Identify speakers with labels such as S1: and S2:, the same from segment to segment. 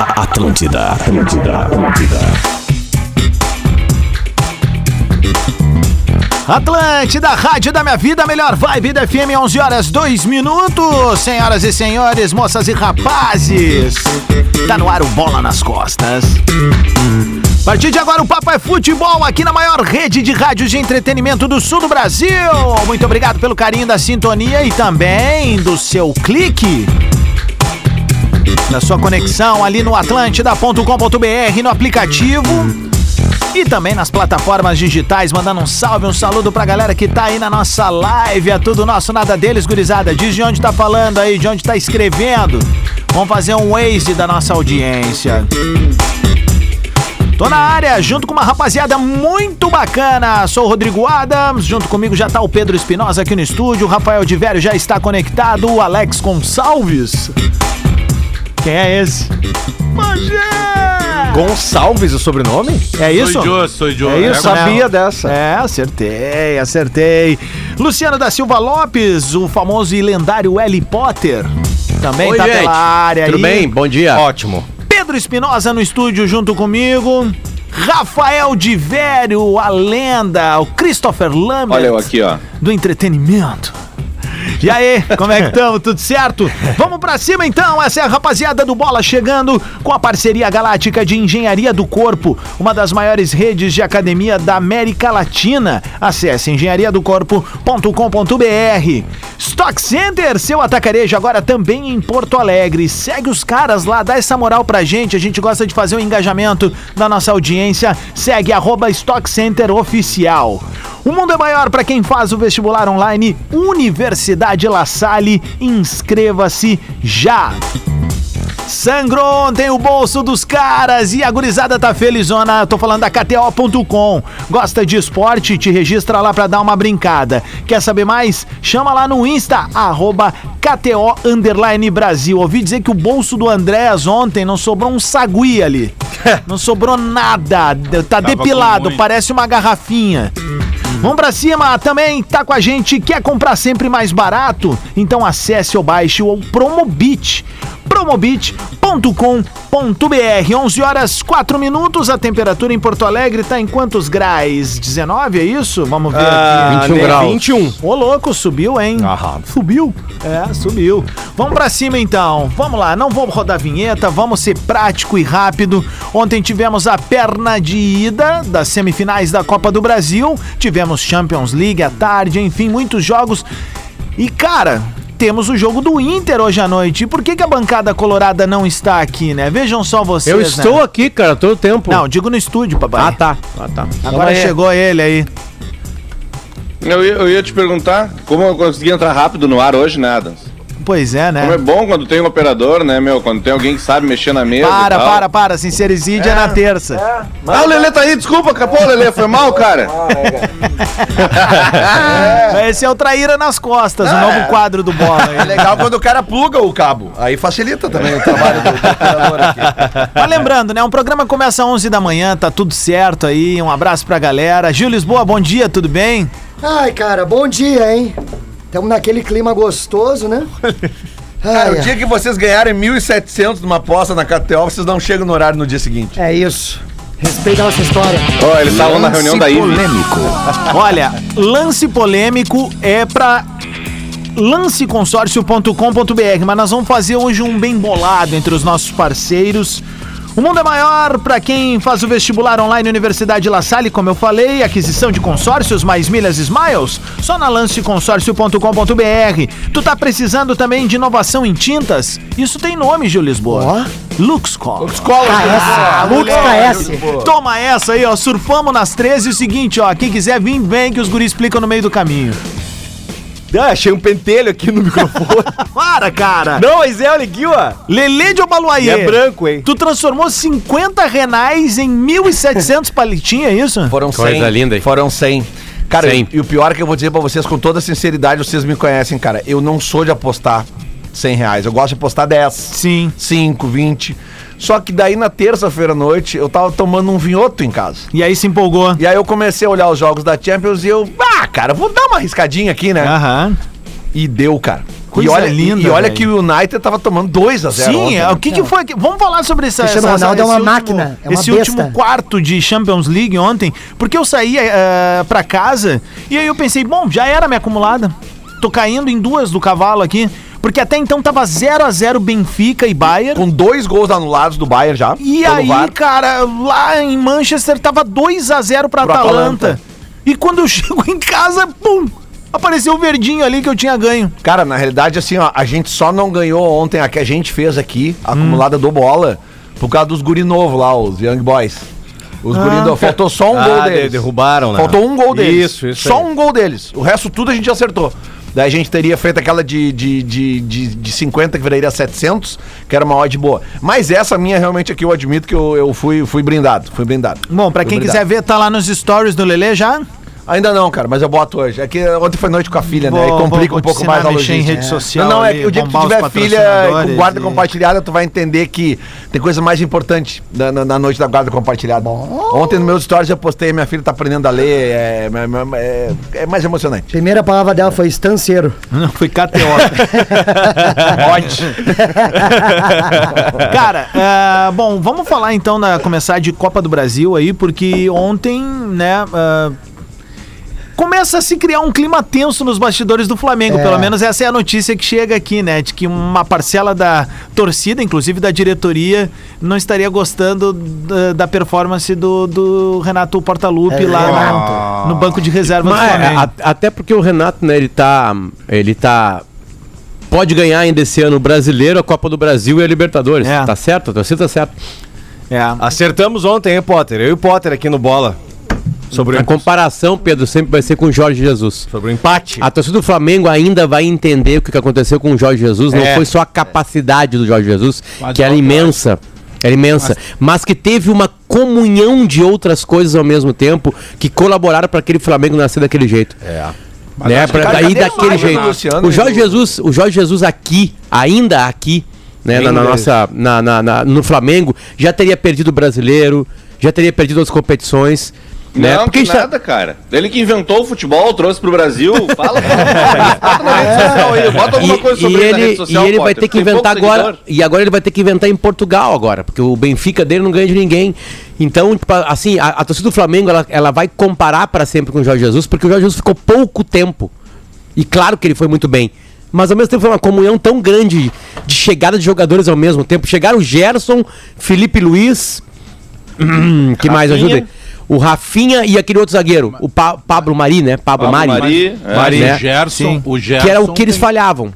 S1: Atlântida, Atlântida, Atlântida.
S2: Atlântida, Rádio da Minha Vida, melhor vibe da FM, 11 horas 2 minutos. Senhoras e senhores, moças e rapazes, tá no ar o Bola nas Costas. A partir de agora, o Papo é Futebol aqui na maior rede de rádios de entretenimento do sul do Brasil. Muito obrigado pelo carinho da sintonia e também do seu clique da sua conexão ali no atlântida.com.br, no aplicativo e também nas plataformas digitais, mandando um salve, um saludo pra galera que tá aí na nossa live, é tudo nosso, nada deles, gurizada, diz de onde tá falando aí, de onde tá escrevendo, vamos fazer um Waze da nossa audiência. Tô na área, junto com uma rapaziada muito bacana. Sou o Rodrigo Adams, junto comigo já tá o Pedro Espinosa aqui no estúdio, o Rafael de Vério já está conectado, o Alex Gonçalves. Quem é esse? Magé!
S3: Gonçalves o sobrenome?
S2: É isso?
S4: Sou idiota, sou idiota.
S3: É
S4: É
S3: isso, sabia dessa.
S2: É, acertei, acertei. Luciano da Silva Lopes, o famoso e lendário Harry Potter. Também tá pela área
S3: Tudo
S2: aí.
S3: bem? Bom dia.
S4: Ótimo.
S2: Pedro Espinosa no estúdio junto comigo. Rafael de Vério, a lenda, o Christopher Lambert.
S5: Olha eu aqui, ó.
S2: do entretenimento. E aí, como é que estamos? Tudo certo? Vamos pra cima então, essa é a rapaziada do Bola chegando com a parceria galáctica de Engenharia do Corpo, uma das maiores redes de academia da América Latina. Acesse engenhariadocorpo.com.br. Stock Center, seu atacarejo agora também em Porto Alegre. Segue os caras lá, dá essa moral pra gente, a gente gosta de fazer o engajamento da nossa audiência. Segue arroba Stock Center Oficial. O mundo é maior para quem faz o vestibular online. Universidade La Salle, inscreva-se já. Sangron tem o bolso dos caras e a gurizada tá felizona. Tô falando da KTO.com. Gosta de esporte? Te registra lá pra dar uma brincada. Quer saber mais? Chama lá no Insta, arroba KTO Underline Brasil. Ouvi dizer que o bolso do Andréas ontem não sobrou um sagui ali. Não sobrou nada. Tá depilado,
S4: muito.
S2: parece uma garrafinha. Vamos pra cima, também tá com a gente, quer comprar sempre mais barato? Então acesse ou baixe o Promobit, promobit.com.br 11 horas 4 minutos, a temperatura em Porto Alegre tá em quantos graus? 19, é isso? Vamos ver
S3: Ah,
S2: aqui.
S3: 21
S2: Né?
S3: graus.
S2: 21. Ô louco, subiu, hein?
S3: Aham.
S2: Subiu? É, subiu. Vamos pra cima então. Vamos lá, não vou rodar a vinheta, vamos ser prático e rápido. Ontem tivemos a perna de ida das semifinais da Copa do Brasil, tivemos Champions League à tarde, enfim, muitos jogos. E cara, temos o jogo do Inter hoje à noite. E por que, que a bancada colorada não está aqui, né? Vejam só vocês.
S3: Eu
S2: né?
S3: estou aqui, cara, todo tempo.
S2: Não, digo no estúdio, papai.
S3: Ah, tá. Ah, tá.
S2: Agora chegou ele aí.
S5: Eu ia, eu ia te perguntar como eu consegui entrar rápido no ar hoje, né, Adams?
S2: Pois é, né?
S5: Como é bom quando tem um operador, né, meu? Quando tem alguém que sabe mexer na mesa.
S2: Para,
S5: e tal.
S2: para, para. Sincericídio é, na terça.
S5: Ah, o Lelê tá aí, desculpa, capô, Lelê, foi mal, cara.
S2: Esse é o Traíra nas Costas, o novo quadro do Bola.
S6: É legal quando o cara pluga o cabo. Aí facilita também o trabalho
S7: Ah,
S6: do do operador aqui.
S2: Mas lembrando, né? Um programa começa às 11 da manhã, tá tudo certo aí. Um abraço pra galera. Gil Lisboa, bom dia, tudo bem?
S7: Ai, cara, bom dia, hein? Estamos naquele clima gostoso, né?
S6: Cara,
S7: Ai,
S6: o dia que vocês ganharem 1.700 numa aposta na KTO, vocês não chegam no horário no dia seguinte.
S7: É isso. Respeita a nossa história.
S5: Ó, eles estavam na reunião da IBM.
S1: Polêmico.
S2: Olha, lance polêmico é pra lanceconsórcio.com.br, mas nós vamos fazer hoje um bem bolado entre os nossos parceiros. O mundo é maior para quem faz o vestibular online Universidade La Salle, como eu falei, aquisição de consórcios mais milhas e smiles, só na lanceconsórcio.com.br. Tu tá precisando também de inovação em tintas? Isso tem nome, Gil Lisboa. Luxcom.
S6: né?
S7: Ah, Lux
S6: tá
S7: KS.
S2: Toma essa aí, ó. Surfamos nas 13 e o seguinte, ó. Quem quiser vir, vem que os guris explicam no meio do caminho.
S3: Ah, achei um pentelho aqui no microfone.
S2: Para, cara!
S3: Não, mas é, olha aqui, ó.
S2: Lelê de Obaluaiê.
S3: E é branco, hein?
S2: Tu transformou 50 renais em 1.700 palitinhos, é isso?
S6: Foram
S3: Coisa
S6: 100.
S3: linda, hein?
S6: Foram 100. Cara,
S3: 100.
S6: E, e o pior é que eu vou dizer pra vocês com toda sinceridade, vocês me conhecem, cara. Eu não sou de apostar 100 reais. Eu gosto de apostar 10.
S2: Sim.
S6: 5, 20. Só que daí na terça-feira à noite eu tava tomando um vinhoto em casa.
S2: E aí se empolgou.
S6: E aí eu comecei a olhar os
S3: é.
S6: jogos da Champions e eu, ah, cara, vou dar uma arriscadinha aqui, né?
S2: Aham.
S6: E deu, cara.
S2: Coisa
S6: e olha,
S2: linda,
S6: e, e olha
S2: velho.
S6: que o United tava tomando 2 a né? 0
S2: Sim, é, o que, que
S7: Então.
S2: foi? que- Vamos falar sobre essa.
S7: Cristiano
S2: essa-
S7: Ronaldo é
S2: esse
S7: uma
S2: último-
S7: máquina, é uma
S2: esse
S7: besta.
S2: último quarto de Champions League ontem, porque eu saí eh, pra casa e aí eu pensei, bom, já era minha acumulada. Tô caindo em duas do cavalo aqui, porque até então tava 0 a 0 Benfica e Bayern.
S6: Com dois gols anulados do Bayern já.
S2: E
S6: pelo
S2: aí,
S6: VAR.
S2: cara, lá em Manchester tava 2 a 0 pra
S6: Pro
S2: Atalanta.
S6: Atalanta.
S2: E quando eu chego em casa, pum, apareceu o verdinho ali que eu tinha ganho.
S6: Cara, na realidade, assim, ó, a gente só não ganhou ontem a que a gente fez aqui, a acumulada do bola, por causa dos guri novo lá, os Young Boys. Os guri novo. Faltou só um
S3: Ah,
S6: gol
S3: de-
S6: deles.
S3: derrubaram, né?
S6: Faltou um gol deles.
S3: Isso, isso
S6: Só
S3: aí.
S6: um gol deles. O resto tudo a gente acertou. Daí a gente teria feito aquela de, de, de, de, de 50, que viraria 700, que era uma odd boa. Mas essa minha, realmente, aqui eu admito que eu, eu fui, fui brindado. Fui brindado.
S2: Bom, pra
S6: Fui
S2: quem
S6: brindado.
S2: quiser ver, tá lá nos stories do Lelê já.
S6: Ainda não, cara, mas eu boto hoje. É que ontem foi noite com a filha, né?
S2: Vou-
S6: E complica
S2: vou- vou
S6: um pouco
S2: te ensinar
S6: mais a
S2: a mexer
S6: logística.
S2: em rede social
S6: Não, não, é
S2: ali,
S6: que o dia que tu
S2: bombar os
S6: tiver filha com guarda
S2: patrocinadores e-
S6: compartilhada, tu vai entender que tem coisa mais importante na, na- na noite da guarda compartilhada. Ontem no meus stories eu postei, minha filha tá aprendendo a ler, é, é- é- é mais emocionante.
S7: Primeira palavra dela foi estanceiro.
S2: Não, foi KTO. É
S6: Pode.
S2: Cara, é, bom, vamos falar então, na, começar de Copa do Brasil aí, porque ontem, né, é, começa a se criar um clima tenso nos bastidores do Flamengo.
S7: É.
S2: Pelo menos essa é a notícia que chega aqui, né? De que uma parcela da torcida, inclusive da diretoria, não estaria gostando da, da performance do, do Renato Portaluppi
S7: É,
S2: lá na- no banco de reserva do
S4: Mas, é,
S2: Flamengo.
S4: a- até porque o Renato, né, ele tá. Ele tá. Pode ganhar ainda esse ano o brasileiro, a Copa do Brasil e a Libertadores.
S2: É.
S4: Tá certo? A torcida tá certa.
S2: É.
S3: Acertamos ontem, hein, Potter? Eu e o Potter aqui no Bola. Sobre o,
S4: A
S3: em-
S4: comparação, Pedro, sempre vai ser com o Jorge Jesus.
S3: sobre o empate.
S4: A torcida do Flamengo ainda vai entender o que aconteceu com o Jorge Jesus. Não
S3: É.
S4: foi só a capacidade do Jorge Jesus, que era imensa. Era imensa. Mas que teve uma comunhão de outras coisas ao mesmo tempo que colaboraram para aquele Flamengo nascer daquele jeito. É. Né? Pra,
S6: cara,
S4: daí
S6: cadê a
S4: daquele
S6: imagem do
S4: jeito.
S6: Luciano
S4: o Jorge
S6: e do-
S4: Jesus, o Jorge Jesus aqui, ainda aqui, né, na, na nossa, na, na- na- no Flamengo, já teria perdido o brasileiro, já teria perdido as competições. Né?
S5: Não,
S4: Porque a
S5: que
S4: gente tá-
S5: nada, cara. Ele que inventou o futebol, trouxe pro Brasil. Fala, cara. Bota na rede social aí. Bota alguma
S4: e,
S5: coisa sobre
S4: e
S5: ele, na
S4: ele,
S5: rede social,
S4: e ele vai
S5: Potter.
S4: ter que
S5: Tem pouco
S4: inventar
S5: seguidor.
S4: agora. E agora ele vai ter que inventar em Portugal agora, porque o Benfica dele não ganha de ninguém. Então, tipo, assim, a, a torcida do Flamengo ela, ela vai comparar para sempre com o Jorge Jesus, porque o Jorge Jesus ficou pouco tempo. E claro que ele foi muito bem. Mas ao mesmo tempo foi uma comunhão tão grande de chegada de jogadores ao mesmo tempo. Chegaram Gerson, Felipe Luiz. hum, que mais
S5: Rafinha.
S4: ajuda? O Rafinha e aquele outro zagueiro, o Pa- Pablo Mari, né? Pablo,
S5: Pablo
S4: Mari.
S5: Mari, é.
S8: Mari,
S4: né?
S8: Gerson,
S2: Sim.
S8: o Gerson.
S4: Que era o que eles
S8: tem,
S4: falhavam.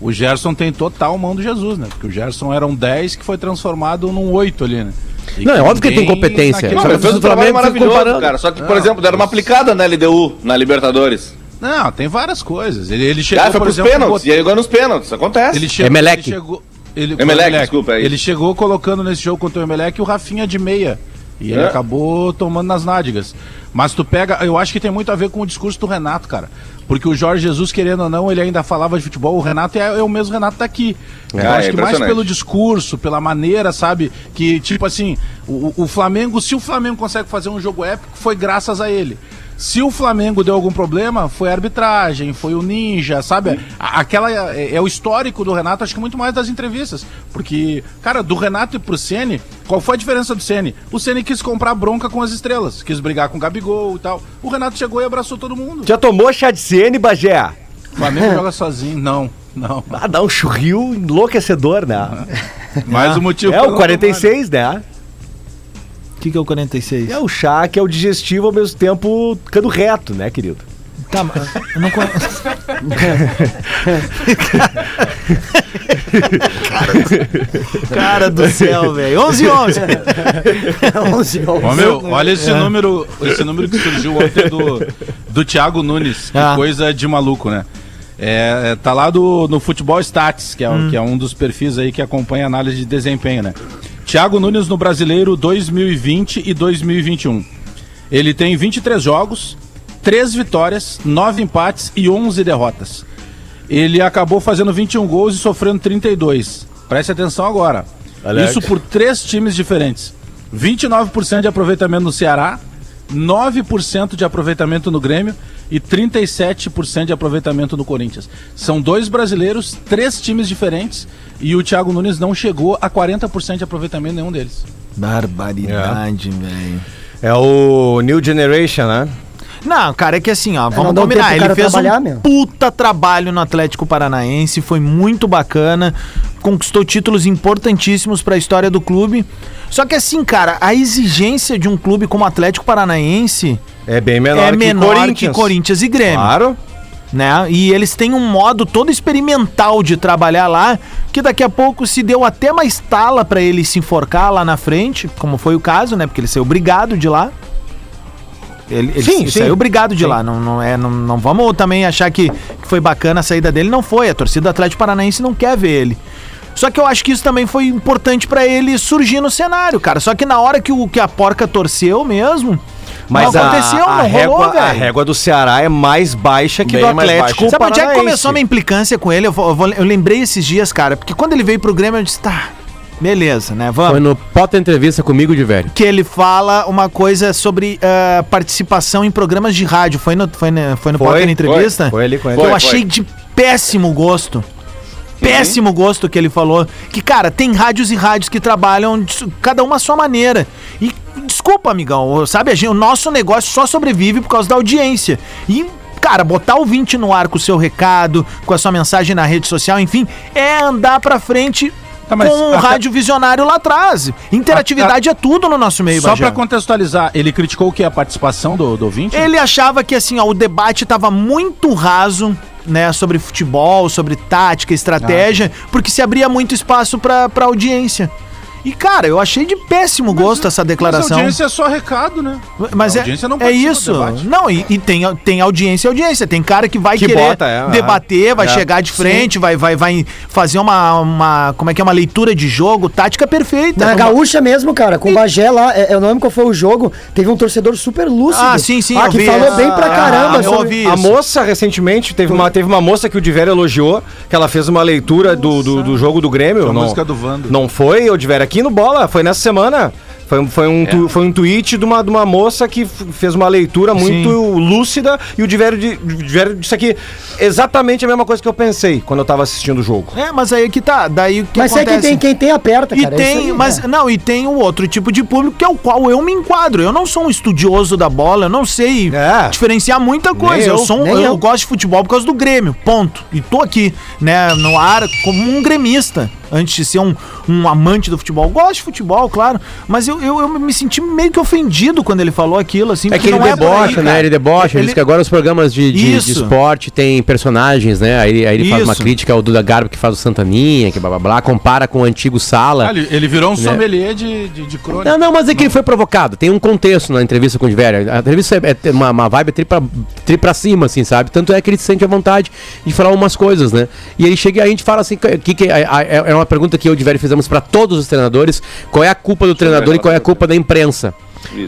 S8: O Gerson tem total mão do Jesus, né? Porque o Gerson era um 10 que foi transformado num 8 ali, né? E
S4: Não, é óbvio que ele tem
S8: ninguém
S4: competência.
S8: naquele-
S5: Não,
S4: Só
S5: mas fez
S4: que
S5: um
S4: o Flamengo
S5: trabalho
S4: fica
S5: maravilhoso,
S4: comparando.
S5: cara. Ah. Só que, por exemplo, deram uma aplicada na LDU, na Libertadores.
S8: Não, tem várias coisas. Ele, ele chegou,
S5: Ah, foi
S8: por
S5: pros
S8: exemplo,
S5: pênaltis.
S8: bot-
S5: E aí agora nos pênaltis. Acontece.
S8: Ele chegou,
S4: Emelec.
S8: Ele chegou, ele,
S5: Emelec, desculpa, é isso.
S8: Ele chegou colocando nesse jogo contra o Emelec o Rafinha de meia. E ele
S5: É.
S8: acabou tomando nas nádegas. Mas tu pega, eu acho que tem muito a ver com o discurso do Renato, cara. Porque o Jorge Jesus, querendo ou não, ele ainda falava de futebol. O Renato é, é o mesmo Renato daqui. Então,
S5: É,
S8: acho
S5: é
S8: que mais
S5: impressionante.
S8: pelo discurso, pela maneira, sabe? Que, tipo assim, o, o Flamengo, se o Flamengo consegue fazer um jogo épico, foi graças a ele. Se o Flamengo deu algum problema, foi a arbitragem, foi o Ninja, sabe? A- Aquela é, é o histórico do Renato, acho que muito mais das entrevistas. Porque, cara, do Renato e pro Ceni, qual foi a diferença do Ceni? O Ceni quis comprar bronca com as estrelas, quis brigar com o Gabigol e tal. O Renato chegou e abraçou todo mundo.
S3: Já tomou chá de CN, Bagé?
S8: O Flamengo joga sozinho, não, não.
S3: Ah, dá um churril enlouquecedor, né?
S8: Mas o um motivo
S3: É
S8: pra
S3: o
S8: não
S3: 46, né?
S2: O que, que é o 46?
S3: É o chá que é o digestivo ao mesmo tempo ficando reto, né, querido?
S2: Tá, mas eu não conheço. cara, do céu, velho. 11 e 11.
S7: 11
S8: Ô, meu, é. olha esse número, esse número que surgiu ontem do, do Thiago Nunes, que
S2: Ah.
S8: coisa de maluco, né? É, é, tá lá do, no Futebol Stats, que é, um- que é um dos perfis aí que acompanha a análise de desempenho, né? Thiago Nunes no Brasileiro 2020 e 2021. Ele tem 23 jogos, 3 vitórias, 9 empates e 11 derrotas. Ele acabou fazendo 21 gols e sofrendo 32. Preste atenção agora. Isso por três times diferentes. 29% de aproveitamento no Ceará, 9% de aproveitamento no Grêmio e 37% de aproveitamento do Corinthians. São dois brasileiros, três times diferentes e o Thiago Nunes não chegou a 40% de aproveitamento em nenhum deles.
S2: Barbaridade, velho.
S3: É o New Generation, né?
S2: Não, cara, é que assim, ó, vamos
S7: não deu tempo
S2: combinar.
S7: pro
S2: Ele
S7: cara
S2: fez um
S7: trabalhar, meu.
S2: puta trabalho no Atlético Paranaense, foi muito bacana, conquistou títulos importantíssimos pra história do clube. Só que assim, cara, a exigência de um clube como o Atlético Paranaense
S3: É bem menor,
S2: é
S3: que,
S2: menor
S3: Corinthians.
S2: que Corinthians e Grêmio,
S3: Claro.
S2: né? E eles têm um modo todo experimental de trabalhar lá, que daqui a pouco se deu até mais tala pra ele se enforcar lá na frente, como foi o caso, né? Porque ele saiu obrigado de lá. Ele, ele
S3: Sim,
S2: sa-
S3: sim.
S2: saiu obrigado de lá. Não, não, é, não, não vamos também achar que, que foi bacana a saída dele. Não foi. A torcida do Atlético Paranaense não quer ver ele. Só que eu acho que isso também foi importante pra ele surgir no cenário, cara. Só que na hora que, o, que a porca torceu mesmo,
S3: Mas
S2: não
S3: a-
S2: aconteceu,
S3: a,
S2: não rolou,
S3: régua, a
S2: velho.
S3: régua do Ceará é mais baixa que
S6: Bem
S3: do
S6: mais
S3: Atlético.
S6: baixa.
S2: Sabe onde é que
S3: Paranaense.
S2: começou a minha implicância com ele? Eu, vou- eu vou- eu lembrei esses dias, cara, porque quando ele veio pro Grêmio, eu disse, tá, beleza, né? Vamos.
S4: Foi no Pota Entrevista comigo de velho.
S2: Que ele fala uma coisa sobre ah, participação em programas de rádio. Foi no, foi no, foi no
S3: Foi,
S2: Potter Entrevista?
S3: foi, foi ali com ele.
S2: Que eu
S5: Foi,
S2: achei
S5: foi.
S2: de péssimo gosto. Péssimo gosto que ele falou. Que, cara, tem rádios e rádios que trabalham de su- cada uma à sua maneira. E desculpa, amigão, sabe, a gente, o nosso negócio só sobrevive por causa da audiência. E, cara, botar o ouvinte no ar com o seu recado, com a sua mensagem na rede social, enfim, é andar pra frente.
S8: Tá, mas
S2: com um
S8: até-
S2: rádio visionário lá atrás. Interatividade é tudo no nosso meio,
S8: Só pra
S2: Bajé.
S8: contextualizar, ele criticou o que? A participação do, do ouvinte?
S2: Ele achava que assim, ó, o debate tava muito raso, né, sobre futebol, sobre tática, estratégia,
S8: Ah.
S2: porque se abria muito espaço pra, pra audiência. E, cara, eu achei de péssimo gosto essa
S8: Mas a
S2: declaração.
S8: audiência é só recado, né?
S2: Mas
S8: a
S2: é,
S8: audiência não
S2: é
S8: participa do
S2: isso.
S8: debate.
S2: Não, e, e tem, tem audiência e audiência. Tem cara que vai
S3: Que
S2: querer
S3: bota,
S8: né?
S3: é,
S2: debater, vai chegar de frente, vai, vai, vai fazer uma, uma. Como é que é? Uma leitura de jogo, tática perfeita.
S8: é
S7: Na
S2: Uma-
S7: gaúcha mesmo, cara, com o Bagé lá, é- eu não lembro qual foi o jogo, teve um torcedor super lúcido.
S2: Ah, sim, sim,
S7: Ah,
S2: eu
S7: que
S2: vi
S7: falou
S2: isso.
S7: bem pra
S2: Ah,
S7: caramba.
S2: eu
S7: sobre-
S2: ouvi.
S3: A
S2: Isso.
S3: moça, recentemente, teve uma, teve uma moça que o Diver elogiou, que ela fez uma leitura do, do, do jogo do Grêmio.
S8: Foi a
S3: não,
S8: música do Vando.
S3: Não foi, o Diver, aqui no Bola, foi nessa semana. Foi, um- foi, um, tu- foi um tweet de uma, de uma moça que f- fez uma leitura muito lúcida e o Diver, di- o Diver disse aqui exatamente a mesma coisa que eu pensei quando eu tava assistindo o jogo.
S2: É, mas aí que tá. Daí o que
S7: Mas é
S2: acontece?
S7: quem tem, quem tem aperta,
S2: E
S7: cara. é
S2: tem,
S7: isso aí,
S2: mas
S7: né?
S2: não, e tem o outro tipo de público que é o qual eu me enquadro. Eu não sou um estudioso da bola, eu não sei
S3: É.
S2: diferenciar muita coisa.
S3: eu,
S2: eu, sou um-
S7: nem
S2: eu,
S7: eu.
S2: gosto de futebol por causa do Grêmio, ponto. E tô aqui, né, no ar como um gremista, antes de ser um, um amante do futebol. Gosto de futebol, claro, mas eu, eu, eu me senti meio que ofendido quando ele falou aquilo, assim.
S4: É
S2: porque
S4: que ele
S2: não por aí,
S4: debocha, né?
S2: cara.
S4: Ele debocha. Ele...
S2: Ele-
S4: diz que agora os programas de, de, de
S2: Isso.
S4: esporte tem personagens, né? Aí, aí ele faz uma
S2: Isso.
S4: crítica ao Duda Garbo que faz o Santaninha, que blá blá blá, compara com o antigo Sala.
S2: Tá.
S8: Ah, ele, ele virou
S2: é.
S8: um sommelier de, de, de crônica.
S4: Não, não, mas é que ele foi provocado. Tem um contexto na entrevista com o Diverio. A entrevista é, é ter uma, uma vibe tri pra, tri pra cima, assim, sabe? Tanto é que ele se sente à vontade de falar umas coisas, né? E ele chega e a gente fala assim: que, que, a- a- é uma pergunta que eu e o Diverio fizemos pra todos os treinadores: qual é a culpa do treinador e qual é a culpa da imprensa?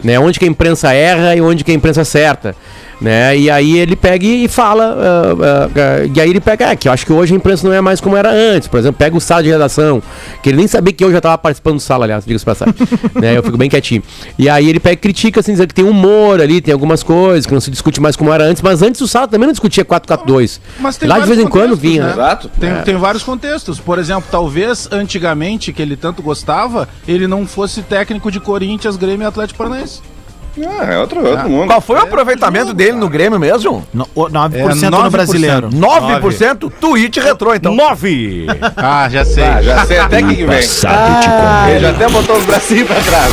S4: Né? Onde que a imprensa erra e onde que a imprensa acerta. Né? E aí ele pega e fala. ah, ah, ah, e aí ele pega, é, que eu acho que hoje a imprensa não é mais como era antes. Por exemplo, pega o sala de redação, que ele nem sabia que eu já estava participando do sala, aliás, diga-se de passagem. né? Eu fico bem quietinho. E aí ele pega e critica, assim, dizendo que tem humor ali, tem algumas coisas, que não se discute mais como era antes, mas antes o sala também não discutia 442.
S8: Mas tem
S4: Lá de
S8: vários
S4: vez em quando
S8: contextos,
S4: vinha.
S8: né?
S4: né?
S5: Exato.
S8: Tem, tem vários contextos. Por exemplo, talvez antigamente, que ele tanto gostava, ele não fosse técnico de Corinthians, Grêmio e Atlético Paranaense.
S5: Ah, é outro, outro mundo.
S6: Qual foi o aproveitamento dele no Grêmio mesmo?
S2: No- o- 9%
S8: É,
S2: no
S8: 9%.
S2: brasileiro.
S6: 9%? Tweet retrô, então.
S3: 9!
S8: Ah, já sei.
S5: Ah, já sei até quem Tá, que vem.
S8: Ah,
S1: Sabe te
S5: Ele já até botou os bracinhos pra trás.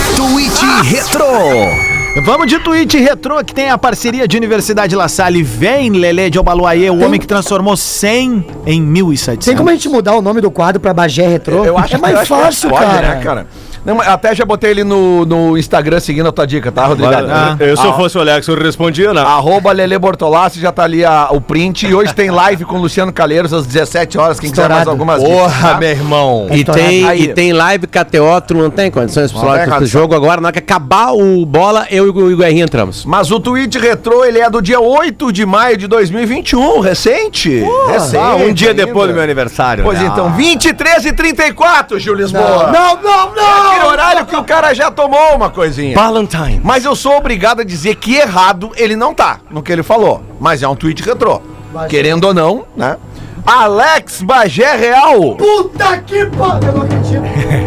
S2: Vamos de tweet retrô, que tem a parceria de Universidade La Salle. Vem, Lelê de Obaluaê, o homem que transformou 100 em 1.700.
S7: Tem como a gente mudar o nome do quadro pra Bagé Retrô? é mais
S6: eu acho
S7: fácil,
S6: pode,
S7: cara.
S6: né, cara? Não, mas até já botei ele no, no Instagram seguindo a tua dica, tá, Rodrigo?
S2: Ah.
S6: Eu, se eu
S3: fosse o Alex, eu respondia, né?
S6: Arroba Lele Bortolassi, já tá ali a- o print. E hoje tem live com o Luciano Calheiros às 17 horas. Quem quiser mais
S7: Estourado.
S6: algumas
S3: Porra,
S6: tá?
S3: meu irmão!
S4: E
S7: Estourado.
S4: tem,
S6: Aí.
S4: e tem live KTO, tu não tem condições
S6: Não tem
S4: pessoal esse
S6: condição.
S4: jogo agora. Na hora que acabar o bola, eu e o- e o Guerrinha entramos.
S6: Mas o tweet retrô, ele é do dia 8 de maio de 2021, recente. recente.
S3: Ah, um dia
S6: ainda.
S3: depois do meu aniversário.
S6: Pois
S3: né?
S6: então, 23 e 34, Gil Lisboa.
S7: Ah.
S6: É
S7: Não, não, não!
S6: Aquele horário Claro que o cara já tomou uma coisinha.
S9: Valentine.
S6: Mas eu sou obrigado a dizer que errado ele não tá no que ele falou. Mas é um tweet retrô. Querendo ou não, né? Alex Bagé Real.
S7: Puta que pariu, eu não acredito.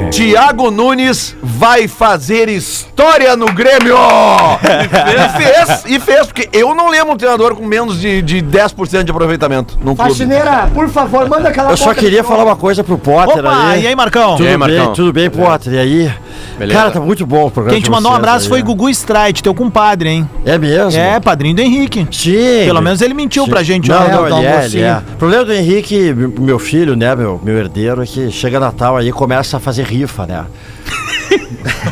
S6: Thiago Nunes vai fazer história no Grêmio! e, fez, e fez, porque eu não lembro um treinador com menos de, de 10% de aproveitamento num clube.
S7: Faxineira, por favor, manda aquela
S9: Eu só
S7: boca
S9: queria
S7: de
S9: falar
S7: novo.
S9: uma coisa pro Potter
S2: Opa,
S9: ali.
S2: e aí, Marcão?
S4: E
S9: Tudo bem,
S4: aí, Marcão?
S9: tudo bem, Potter. E aí?
S4: Beleza.
S9: Cara, tá muito bom o programa.
S2: Quem te
S9: de
S2: mandou um
S9: vocês
S2: abraço
S9: aí,
S2: foi
S9: né?
S2: Gugu Stride, teu compadre, hein?
S9: É mesmo?
S2: É, padrinho do Henrique.
S9: Sim.
S2: Pelo menos ele mentiu Então, pra gente assim,
S9: Não,
S2: ontem
S9: não,
S2: do
S9: ele é,
S2: almoço,
S9: ele é.
S2: sim.
S9: O problema do Henrique, meu meu filho, né, meu, meu herdeiro, é que chega Natal aí e começa a fazer rifa, né?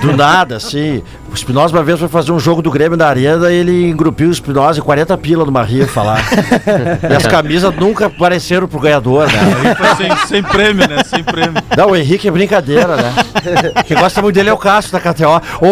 S9: Do nada, assim. O Espinosa uma vez foi fazer um jogo do Grêmio na arena e ele engrupiu o Espinosa em 40 pila numa rifa lá. e as camisas nunca apareceram pro ganhador, né?
S8: Foi sem, sem prêmio, né? Sem prêmio.
S9: Não, o Henrique é brincadeira, né? Quem gosta muito dele é o Cássio da KTO. Ô,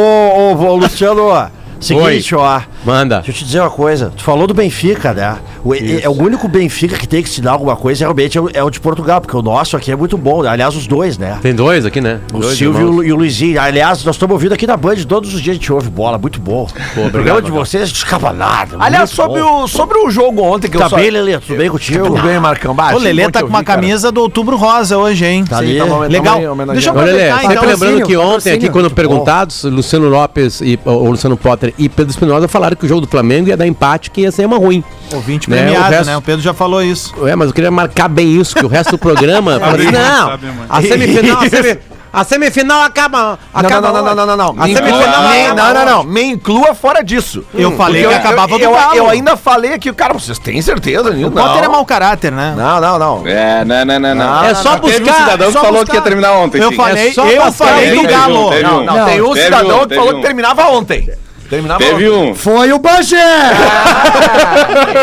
S9: ô, ô Luciano, ó, seguinte, ó.
S4: Manda.
S9: Deixa eu te dizer uma coisa. Tu falou do Benfica, né? O, é, é o único Benfica que tem que te dar alguma coisa realmente é o, é o de Portugal, porque o nosso aqui é muito bom. né? Aliás, os dois, né?
S4: Tem dois aqui, né?
S9: O
S4: Dois
S9: Silvio
S4: irmãos.
S9: e o- e o Luizinho. Aliás, nós estamos ouvindo aqui na Band todos os dias a gente ouve bola, muito bom. o programa de vocês não escapa nada.
S6: Aliás, sobre o, sobre o jogo ontem que
S9: Tá
S6: eu só...
S9: bem, Lelê? Tudo bem contigo?
S6: Tudo bem, Marcão. Bah,
S2: O
S6: achei
S2: Lelê
S6: bom
S2: tá
S6: te
S2: com uma
S6: ouvir, cara.
S2: camisa do Outubro Rosa hoje, hein?
S9: Tá ali.
S6: Tamo- tamo
S2: Legal.
S6: aí homenageiando.
S2: Deixa eu
S4: Ô, Lelê,
S2: aproveitar,
S4: sempre
S2: então.
S4: lembrando que ontem,
S7: patrocínio.
S4: aqui, quando perguntados, Luciano Lopes e ou Luciano Potter e Pedro Espinosa falaram que o jogo do Flamengo ia dar empate, que ia ser uma ruim.
S2: Ouvinte
S4: Né, o
S2: premiado,
S4: resto-
S2: né? O Pedro já falou isso.
S4: É, mas eu queria marcar bem isso, que o resto do programa.
S8: Sabe,
S4: Falei, não,
S8: sabe, mano.
S4: a semifinal, a, semi- a semifinal acaba.
S6: Não,
S4: acaba
S6: não, não, não, não, não, não.
S4: A
S6: Me inclua-
S4: semifinal
S6: me-
S4: acaba
S6: não, não, não. Me inclua fora disso.
S2: Eu falei
S6: Porque
S2: que acabava
S6: eu,
S2: do
S6: eu,
S2: Galo.
S6: eu ainda falei aqui, cara, vocês têm certeza,
S2: O
S6: Nil?
S2: Potter é mau caráter, né?
S6: Não, não, não.
S5: É, não, não, não, não.
S4: É só
S5: Teve
S4: buscar,
S5: um cidadão
S4: só
S5: que falou
S4: buscar.
S5: que ia terminar ontem.
S2: Eu
S5: sim.
S2: falei,
S4: só
S2: eu
S4: passar
S2: falei
S5: Teve
S2: do
S5: um,
S2: Galo.
S5: teve
S6: Não,
S5: um.
S6: não, tem um
S5: Teve
S6: cidadão que
S5: teve
S6: falou
S5: um.
S6: que terminava ontem. Terminava
S5: Teve
S6: ontem.
S5: um.
S9: Foi o Bagé!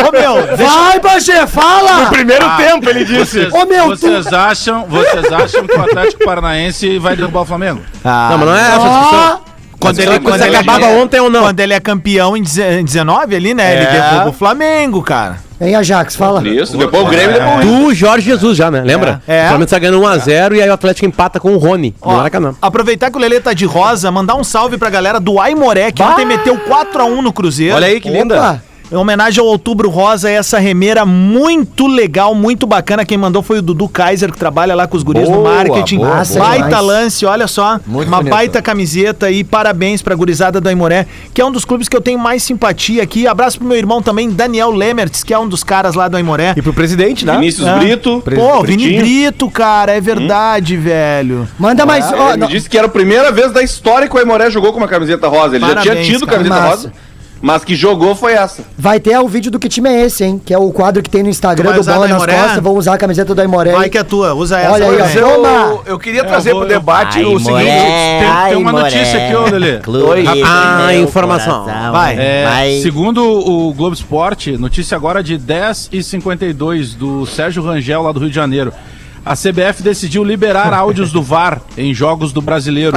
S2: Ô, meu,
S9: Vai, Bagé, fala!
S6: Primeiro tempo, ele disse.
S8: Vocês,
S9: Ô, meu,
S8: vocês acham, vocês acham que o Atlético Paranaense vai derrubar o Flamengo?
S4: Não, mas não é essa a discussão.
S9: Ah,
S4: Quando
S5: Mas
S4: ele
S5: quando
S4: quando
S5: ele
S4: acabava
S5: ganha-
S4: ontem ou não.
S2: quando ele é campeão em deze- em 19 ali, né? Ele derruba o Flamengo, cara.
S7: Hein, Ajax, fala.
S5: Isso, depois o Grêmio,
S4: É.
S5: depois o
S4: Do Jorge Jesus já, né? Lembra?
S2: É.
S4: O Flamengo tá ganhando 1x0 e aí o Atlético empata com o Rony
S2: Ó,
S4: no Maracanã.
S2: Aproveitar que o Lelê tá de rosa, mandar um salve pra galera do Aimoré, que ontem meteu 4x1 no Cruzeiro.
S9: Olha aí que linda.
S2: Em homenagem ao Outubro Rosa, essa remeira muito legal, muito bacana. Quem mandou foi o Dudu Kaiser, que trabalha lá com os guris no
S6: Boa,
S2: marketing.
S6: boa,
S7: Massa boa.
S2: baita
S7: demais.
S2: lance, olha só.
S6: Muito
S2: uma
S6: bonita.
S2: baita camiseta e parabéns pra gurizada do Aimoré, que é um dos clubes que eu tenho mais simpatia aqui. Abraço pro meu irmão também, Daniel Lemertz, que é um dos caras lá do Aimoré.
S9: E pro presidente,
S3: Tá,
S9: né?
S5: Vinícius
S2: Ah.
S5: Brito.
S2: Pô, Vini
S5: Britinho. Hum?
S2: Brito, cara, é verdade, velho.
S7: Manda mais.
S5: Ah,
S7: ó,
S5: ele me
S7: não-
S5: disse que era a primeira vez da história que o Aimoré jogou com uma camiseta rosa. Ele já
S2: Parabéns,
S5: tinha tido
S2: cara.
S5: camiseta
S7: Massa.
S5: rosa, mas que jogou foi essa.
S7: Vai ter o vídeo do que time é esse, hein? Que é o quadro que tem no Instagram
S2: Tu vai
S7: do
S2: usar
S7: Bola
S2: da
S7: nas
S2: Imoré?
S7: costas. Vão usar a camiseta do Aimoré.
S2: Vai que é tua, usa essa.
S7: Olha aí,
S2: também.
S7: ó.
S6: Mas eu,
S7: Toma.
S6: eu queria trazer
S8: eu
S6: pro
S8: vou-
S6: debate o seguinte.
S8: Tem, tem uma notícia aqui, ô Lelê.
S4: Ah, informação.
S2: Vai.
S8: É, Segundo o Globo Esporte, notícia agora de 10h52 do Sérgio Rangel, lá do Rio de Janeiro. A CBF decidiu liberar áudios do VAR em jogos do brasileiro.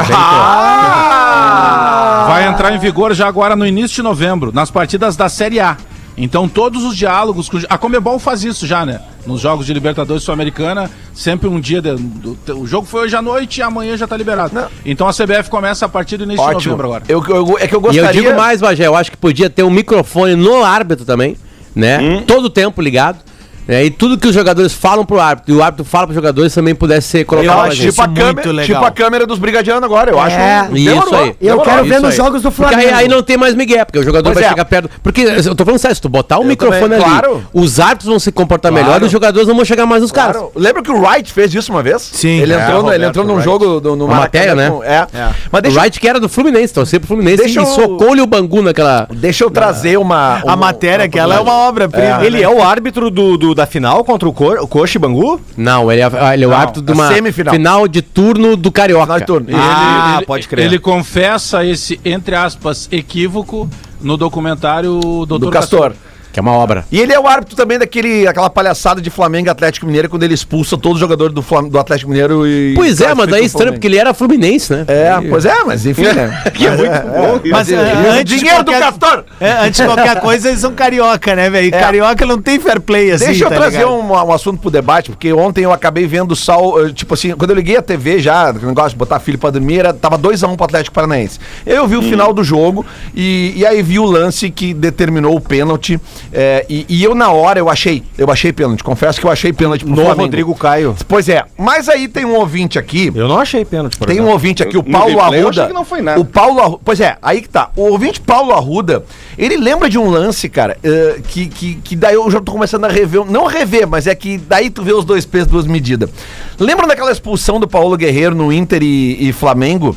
S2: Ah!
S8: Vai entrar em vigor já agora no início de novembro, nas partidas da Série A. Então todos os diálogos. cujo- A Comebol faz isso já, né? Nos jogos de Libertadores Sul-Americana, sempre um dia. de- do- O jogo foi hoje à noite e amanhã já tá liberado. Então a CBF começa a partir do início de
S6: Ótimo.
S8: novembro agora.
S6: Eu, eu- é que eu
S4: E eu
S6: gostaria...
S4: digo mais, Bagé, eu acho que podia ter um microfone no árbitro também, né? Todo o tempo ligado. né? e tudo que os jogadores falam pro árbitro e o árbitro fala pros jogadores também pudesse ser
S6: Eu
S4: colocado
S6: acho
S4: gente.
S6: tipo a,
S2: muito
S6: câmera,
S2: legal.
S6: tipo a câmera dos brigadianos agora, eu acho. um-
S4: Isso
S6: demorou,
S4: aí.
S7: É. Eu
S6: demorou.
S7: quero ver
S4: isso
S7: nos
S4: aí.
S7: jogos do
S4: Porque
S7: Flamengo.
S4: aí, aí não tem mais migué, porque o jogador
S6: Pois
S4: vai
S6: é.
S4: chegar perto. Porque eu tô falando sério, se tu botar o microfone
S6: também,
S4: ali,
S6: claro.
S4: os árbitros vão se comportar melhor e os jogadores não vão chegar mais nos caras.
S6: Claro. Lembra que o Wright fez isso uma vez?
S2: Sim.
S6: Ele
S2: É,
S6: entrou, no, ele
S5: Roberto
S6: entrou num
S5: Wright.
S6: jogo do, no
S4: Uma matéria, né?
S6: com- É. Mas
S4: O
S6: deixa,
S4: Wright que era do Fluminense, torcia pro Fluminense
S6: Deixa
S4: e
S6: eu-
S4: socou-lhe o Bangu naquela...
S6: deixa eu trazer uma...
S2: A matéria que ela é uma obra-prima.
S9: Ele é o árbitro do, do- da final contra o, Co- o Coxa e Bangu?
S4: Não, ele é, ele é o árbitro de
S6: a
S4: uma
S6: semifinal.
S4: final de turno do Carioca.
S6: Final de turno.
S8: Ele-
S9: Ah,
S8: ele,
S9: pode crer.
S8: Ele confessa esse, entre aspas, equívoco no documentário Doutor
S6: Do Castor.
S4: Que é uma obra.
S6: E ele é o árbitro também daquele, daquela palhaçada de Flamengo e Atlético Mineiro, quando ele expulsa todo jogador do, Flam- do Atlético Mineiro e.
S4: Pois é,
S6: classifica
S4: mas daí é
S6: o
S4: estranho,
S6: Flamengo.
S4: porque ele era fluminense, né?
S6: É, pois é, mas enfim, né?
S5: Que é muito bom.
S2: Mas é, antes, de
S6: Dinheiro do
S2: qualquer,
S6: Castor!
S2: é, antes de qualquer coisa, eles são carioca, né, velho? Carioca não tem fair play assim.
S6: É. Deixa eu
S2: tá
S6: trazer
S2: ligado?
S6: um, um assunto pro debate, porque ontem eu acabei vendo o Sal. eh, Tipo assim, quando eu liguei a TV já, que negócio de botar filho pra dormir, era, tava 2x1 pro Atlético Paranaense. Eu vi o final do jogo e, e aí vi o lance que determinou o pênalti. eh, e, e eu, na hora, eu achei. Eu achei pênalti. Confesso que eu achei pênalti pro
S3: No
S6: Flamengo.
S3: Rodrigo Caio.
S6: Pois é, mas aí tem um ouvinte aqui.
S3: Eu não achei pênalti, por
S6: Tem um
S3: exemplo.
S6: ouvinte aqui, o
S5: No
S6: Paulo
S5: replay, eu
S6: Arruda.
S5: achei que não foi nada.
S6: O Paulo Arruda. Pois é, aí que tá. O ouvinte Paulo Arruda, ele lembra de um lance, cara, eh, que, que, que daí eu já tô começando a rever. um, Não rever, mas é que daí tu vê os dois pesos, duas medidas. Lembra daquela expulsão do Paulo Guerreiro no Inter e, e Flamengo?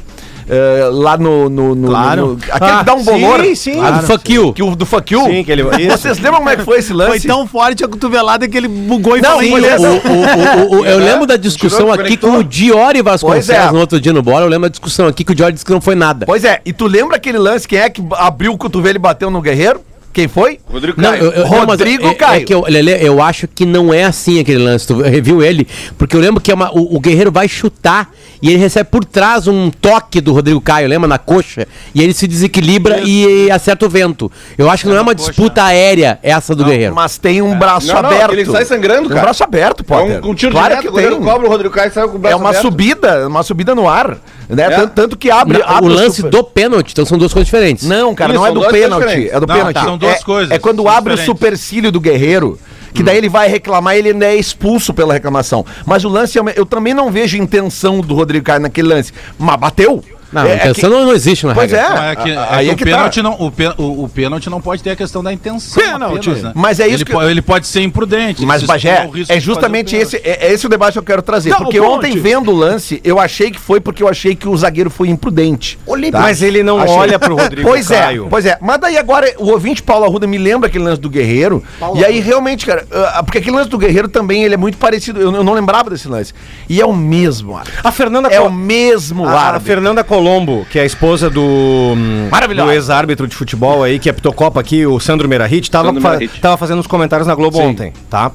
S6: Eh, lá no. no, no-
S2: Claro.
S6: no- aquele que dá um
S3: sim,
S6: bolor.
S3: sim.
S4: Lá do fuck you.
S6: Que o do fuck you.
S3: Sim, que ele- isso.
S6: Vocês lembram como é que foi esse lance?
S2: Foi tão forte a cotovelada que ele bugou e
S6: Não,
S2: falou,
S4: Sim,
S6: foi
S2: "Ih,
S6: essa-
S4: o- o- o- o-
S6: É.
S4: eu lembro da discussão
S5: Tirou,
S4: aqui
S5: conectou.
S4: com o Diori Vasconcelos
S6: Pois é.
S4: no outro dia no bola. Eu lembro da discussão aqui que o Diori disse que não foi nada.
S6: Pois é, e tu lembra aquele lance? Quem é que abriu o cotovelo e bateu no Guerreiro? Quem foi?
S5: Rodrigo
S4: Não,
S5: Caio.
S4: eu, eu, não, mas
S6: Rodrigo
S4: é- é
S6: Caio.
S4: que eu, Lelê, eu acho que não é assim aquele lance. Tu reviu ele, porque eu lembro que é uma- o, o Guerreiro vai chutar e ele recebe por trás um toque do Rodrigo Caio, lembra? Na coxa. E ele se desequilibra e, acerta o vento. Eu acho que não é uma disputa aérea essa do Guerreiro.
S6: Mas tem um braço
S5: É. Não, não,
S6: aberto.
S5: ele sai sangrando,
S6: Tem Um
S5: cara.
S6: braço aberto,
S5: É
S6: Potter.
S5: um, um tiro
S6: claro
S5: direto,
S6: que
S5: o goleiro
S6: tem.
S5: cobra, o Rodrigo Caio saiu com o braço
S6: É uma
S5: aberto.
S6: subida, uma subida no ar, né?
S5: É.
S6: Tanto, tanto que abre,
S4: Na-
S6: abre
S4: o lance
S6: super-
S4: do pênalti, então são duas coisas diferentes.
S6: Não, cara,
S5: Isso,
S6: não é
S5: são
S6: do
S5: duas coisas
S6: pênalti,
S5: diferentes.
S6: é do
S8: Não,
S6: pênalti.
S8: tá, são duas
S6: é,
S8: coisas,
S6: É quando
S8: são
S6: abre o
S8: diferentes.
S6: supercílio do guerreiro, que daí ele vai reclamar, ele ainda é expulso pela reclamação. Mas o lance é uma- eu também não vejo intenção do Rodrigo Caio naquele lance, mas bateu.
S4: Não,
S6: é, é
S4: intenção
S6: que-
S4: não, não existe na
S6: Pois é.
S4: regra.
S8: Não, é que, é
S6: aí
S8: que
S6: é
S8: o
S6: que tá.
S8: pênalti não, o, pe- o- o pênalti não pode ter a questão da intenção.
S2: Pênalti.
S8: apenas, né?
S6: Mas é isso
S8: ele,
S6: que-
S8: po- ele pode ser imprudente.
S6: Mas,
S8: se
S6: Bagé,
S8: expor ao risco
S6: é
S8: de
S6: justamente
S8: fazer o
S6: esse, é, é esse o debate que eu quero trazer.
S2: Não,
S6: porque
S2: o
S6: ontem,
S2: Ponte.
S6: vendo o lance, eu achei que foi porque eu achei que o zagueiro foi imprudente. tá?
S7: Olímpio.
S3: Mas ele não
S6: Achei.
S3: olha pro Rodrigo
S6: pois
S3: Caio.
S6: é, pois é. Mas daí agora o ouvinte Paulo Arruda me lembra aquele lance do Guerreiro.
S7: Paulo
S6: e aí
S7: Arruda.
S6: realmente, cara, ah, porque aquele lance do Guerreiro também ele é muito parecido. Eu, eu não lembrava desse lance. E é o mesmo árbitro.
S3: um- A Fernanda
S6: É
S3: Col-
S6: o mesmo
S3: a, a
S6: árbitro.
S3: Fernanda Colombo, que é a esposa do, hum,
S6: Maravilhosa.
S3: do ex-árbitro de futebol aí, que apitou Copa aqui, o Sandro Merahit, tava,
S5: Sandro
S3: fa-
S5: Merahit.
S3: tava fazendo uns comentários na Globo ontem, tá?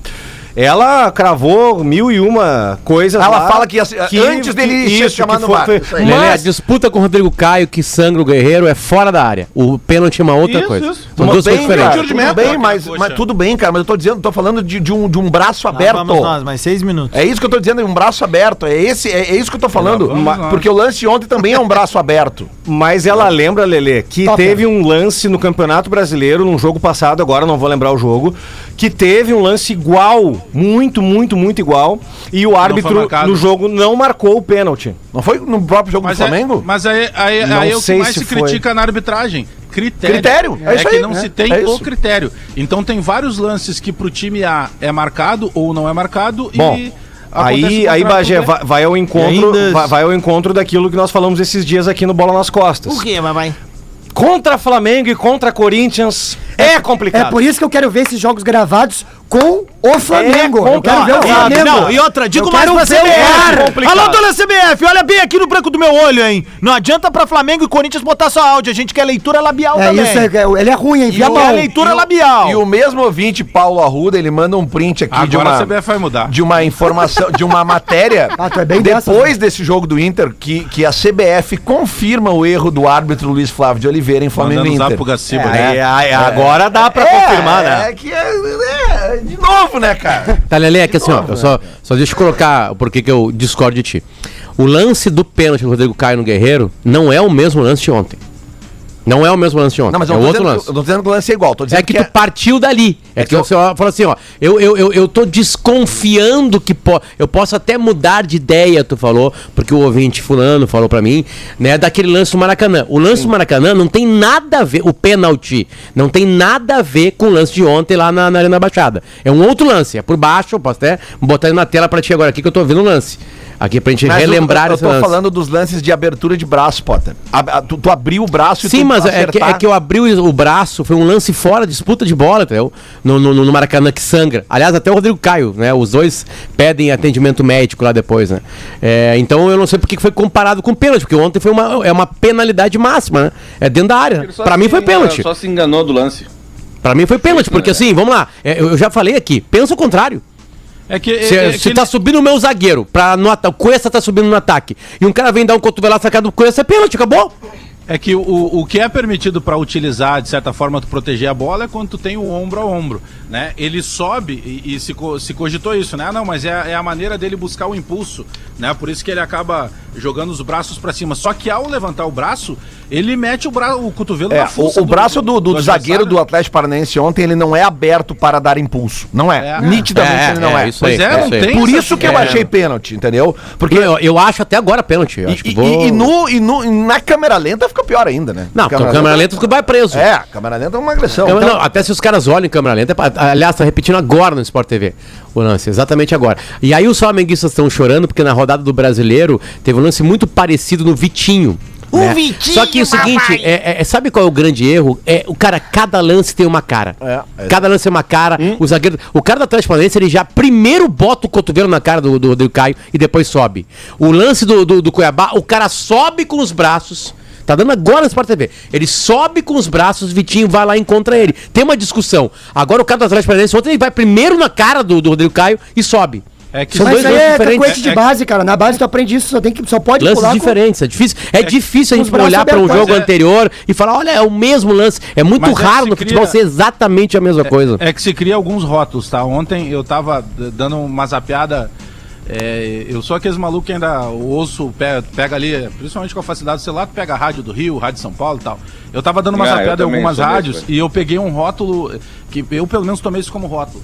S3: Ela cravou mil e uma coisas.
S6: Ela fala que ia ser- antes dele
S3: que,
S6: ser
S3: isso,
S6: chamado
S3: que
S6: no
S3: foi,
S6: VAR.
S3: foi-
S6: Isso aí.
S4: Lelê, a
S3: Mas,
S4: disputa com o Rodrigo Caio que sangra o Guerreiro é fora da área. O pênalti é uma outra
S8: Isso,
S4: coisa.
S8: isso.
S4: São
S6: Tudo
S4: duas coisas
S6: bem,
S4: diferentes.
S6: cara,
S8: Tiro de
S6: tudo
S8: meta,
S6: bem,
S8: aquela
S6: mas,
S8: coxa.
S6: mas tudo bem, cara, mas eu tô dizendo, tô falando de, de um, de um braço
S2: Lá
S6: aberto.
S2: Ah, Vamos nós, mais seis minutos.
S6: É isso que eu tô dizendo, é um braço aberto. É, esse, é, é isso que eu tô falando.
S8: Tá, vamos
S6: Ma-
S8: lá.
S6: Porque o lance ontem também é um braço aberto.
S3: mas ela lembra, Lelê, que
S7: Top.
S3: teve um lance no Campeonato Brasileiro, num jogo passado, agora não vou lembrar o jogo, que teve um lance igual, muito, muito, muito igual, e o árbitro
S8: marcado.
S3: no jogo não marcou o pênalti.
S6: Não foi no próprio jogo
S8: Mas,
S6: do Flamengo?
S8: É, mas aí, aí,
S3: Não
S8: aí é o que
S3: sei
S8: mais
S3: se
S8: se
S3: foi.
S8: critica na arbitragem. Critério.
S6: Critério, é
S8: É,
S6: isso
S8: que
S6: aí,
S8: não
S6: né?
S8: se tem
S6: É
S8: o
S6: isso.
S8: critério. Então tem vários lances que pro time A é marcado ou não é marcado
S3: Bom,
S8: acontece o
S3: Aí, aí
S8: contrário
S3: Bagé,
S8: pro B.
S3: vai, vai ao encontro,
S2: E ainda-
S3: vai, vai ao encontro daquilo que nós falamos esses dias aqui no Bola nas Costas.
S2: quê, mamãe?
S3: Contra Flamengo e contra Corinthians é complicado.
S7: É por isso que eu quero ver esses jogos gravados com o Flamengo.
S3: É,
S7: eu quero ver o
S3: não,
S7: Flamengo.
S2: Não, e outra, digo
S7: Eu
S2: mais
S7: quero
S2: pra
S7: ver o VAR.
S2: CBF.
S3: complicado.
S2: Alô, dona CBF, olha bem aqui no branco do meu olho, hein? Não adianta pra Flamengo e Corinthians botar só áudio, a gente quer leitura labial
S7: É
S2: também.
S7: isso, é- ele é ruim, hein?
S2: E
S7: Via
S2: a
S7: mão.
S2: leitura
S6: E o-
S2: labial.
S6: E o mesmo ouvinte, Paulo Arruda, ele manda um print aqui de
S8: Agora
S6: uma,
S8: a CBF vai mudar.
S6: de uma informação, de uma matéria.
S7: Ah, tu é bem
S6: depois
S7: dessas, né?
S6: desse jogo do Inter, que, que a CBF confirma o erro do árbitro Luiz Flávio de Oliveira em Flamengo
S8: Mandando
S6: e
S8: zap
S6: Inter.
S8: pro Gaciba,
S3: Aí-
S8: né?
S3: aí- agora dá pra confirmar, né?
S6: É que é, é, de novo, né, cara?
S4: Tá, Lelê, aqui assim, ó, eu só, só deixa eu colocar porque que eu discordo de ti. O lance do pênalti do Rodrigo Caio no Guerreiro não é o mesmo lance de ontem. Não é o mesmo lance de ontem.
S6: Não, mas eu
S4: é
S6: não, tô
S4: outro
S6: dizendo,
S4: lance.
S6: que- eu não tô dizendo que o lance é igual, tô dizendo
S4: É que tu partiu dali. É que
S6: eu-
S4: você ó, fala assim, ó, eu, eu, eu, eu tô desconfiando que po eu posso até mudar de ideia, tu falou, porque o ouvinte fulano falou pra mim, né, daquele lance do Maracanã. O lance do Maracanã não tem nada a ver, o pênalti, não tem nada a ver com o lance de ontem lá na, na Arena Baixada. É um outro lance, é por baixo, eu posso até botar ele na tela pra ti agora aqui que eu tô vendo o lance. Aqui pra gente
S6: Mas eu-
S4: relembrar
S6: eu,
S4: esse
S6: eu tô
S4: lance.
S6: falando dos lances de abertura de braço, Potter. A- a- tu, tu abriu o braço
S4: Sim,
S6: tu
S4: mas é que,
S6: acertar-
S4: é que eu abri o o braço, foi um lance fora, disputa de bola, entendeu? No, no, no Maracanã que sangra. Aliás, até o Rodrigo Caio, né? Os dois pedem atendimento médico lá depois, né? É, então eu não sei porque que foi comparado com pênalti, porque ontem foi uma, é uma penalidade máxima, né? É dentro da área.
S5: Ele só
S4: Pra mim
S5: se-
S4: foi pênalti.
S5: Só se enganou do lance.
S4: Pra mim foi pênalti, porque
S8: né?
S4: assim, vamos lá, é, eu eu já falei aqui, pensa o contrário.
S8: É que. é-
S4: Se,
S8: é
S4: se
S8: que
S4: tá
S8: ele-
S4: subindo o meu zagueiro, pra no ata- o Cuesta tá subindo no ataque, e um cara vem dar um cotovelado na cara do Cuesta, é pênalti, acabou.
S8: É que o, o que é permitido para utilizar, de certa forma, tu proteger a bola é quando tu tem o ombro a ombro, né? Ele sobe e, e se, co- se cogitou isso, né? Ah, não, mas é, a- é a maneira dele buscar o impulso, né? Por isso que ele acaba jogando os braços para cima. Só que ao levantar o braço, ele mete o, bra o cotovelo
S6: É,
S8: na
S6: o,
S8: força
S6: o braço do, do zagueiro do
S8: um adversário.
S6: Atlético Paranaense ontem, ele não é aberto para dar impulso. Não é.
S8: É.
S6: Nitidamente ele não é.
S4: isso
S8: Pois
S4: aí,
S8: é, não
S4: isso aí.
S8: tem
S6: Por
S8: essa-
S6: isso que eu
S8: é.
S6: achei pênalti, entendeu? Porque.
S4: Eu, eu acho até agora pênalti, eu acho
S6: e,
S4: que vou...
S6: e- e no, e no- e na câmera lenta fica pior ainda, né?
S4: Não, câmera, câmera lenta tu vai preso.
S6: É, a câmera lenta é uma agressão.
S4: Câmera-
S6: Então,
S4: não, até se os caras olham em câmera lenta. é pra- Aliás, tá repetindo agora no Sport TV o lance, exatamente agora. E aí os flamenguistas estão chorando porque na rodada do brasileiro teve um lance muito parecido no Vitinho. O Vitinho! Só que o seguinte, é, é- é- sabe qual é o grande erro? É, o cara, cada lance tem uma cara.
S6: É, é.
S4: Cada lance é uma cara. O zagueiro, o cara da Transparência, ele já primeiro bota o cotovelo na cara do, do, do Caio e depois sobe. O lance do, do, do Cuiabá, o cara sobe com os braços. Tá dando agora no Sport TV. Ele sobe com os braços, Vitinho vai lá e encontra ele. Tem uma discussão. Agora o cara do Atlético Paranaense, ontem ele vai primeiro na cara do, do Rodrigo Caio e sobe.
S8: É que
S4: São
S7: Mas
S4: dois
S7: isso aí
S4: lances
S7: é
S4: diferentes.
S7: cacuete de base, cara. Na base tu aprende isso, só, tem que, só pode
S4: Lances
S7: pular com-
S4: diferentes, é difícil. É, difícil a
S7: com
S4: gente
S7: os braços
S4: olhar para um
S7: abertos, né?
S4: jogo
S8: é.
S4: anterior e falar, olha, é o mesmo lance. É muito
S8: Mas é que
S4: raro
S8: se
S4: no
S8: cria-
S4: futebol ser exatamente a mesma coisa.
S8: É que se cria alguns rótulos, tá? Ontem eu tava d- dando uma zapeada. é, eu sou aqueles malucos que ainda ouço, pega, pega ali, principalmente com a facilidade do celular, tu pega a rádio do Rio, rádio de São Paulo e tal. Eu tava dando uma
S5: Ah, eu
S8: zapeada em
S5: também
S8: algumas
S5: sou desse,
S8: rádios
S5: velho.
S8: e eu peguei um rótulo, que eu pelo menos tomei isso como rótulo.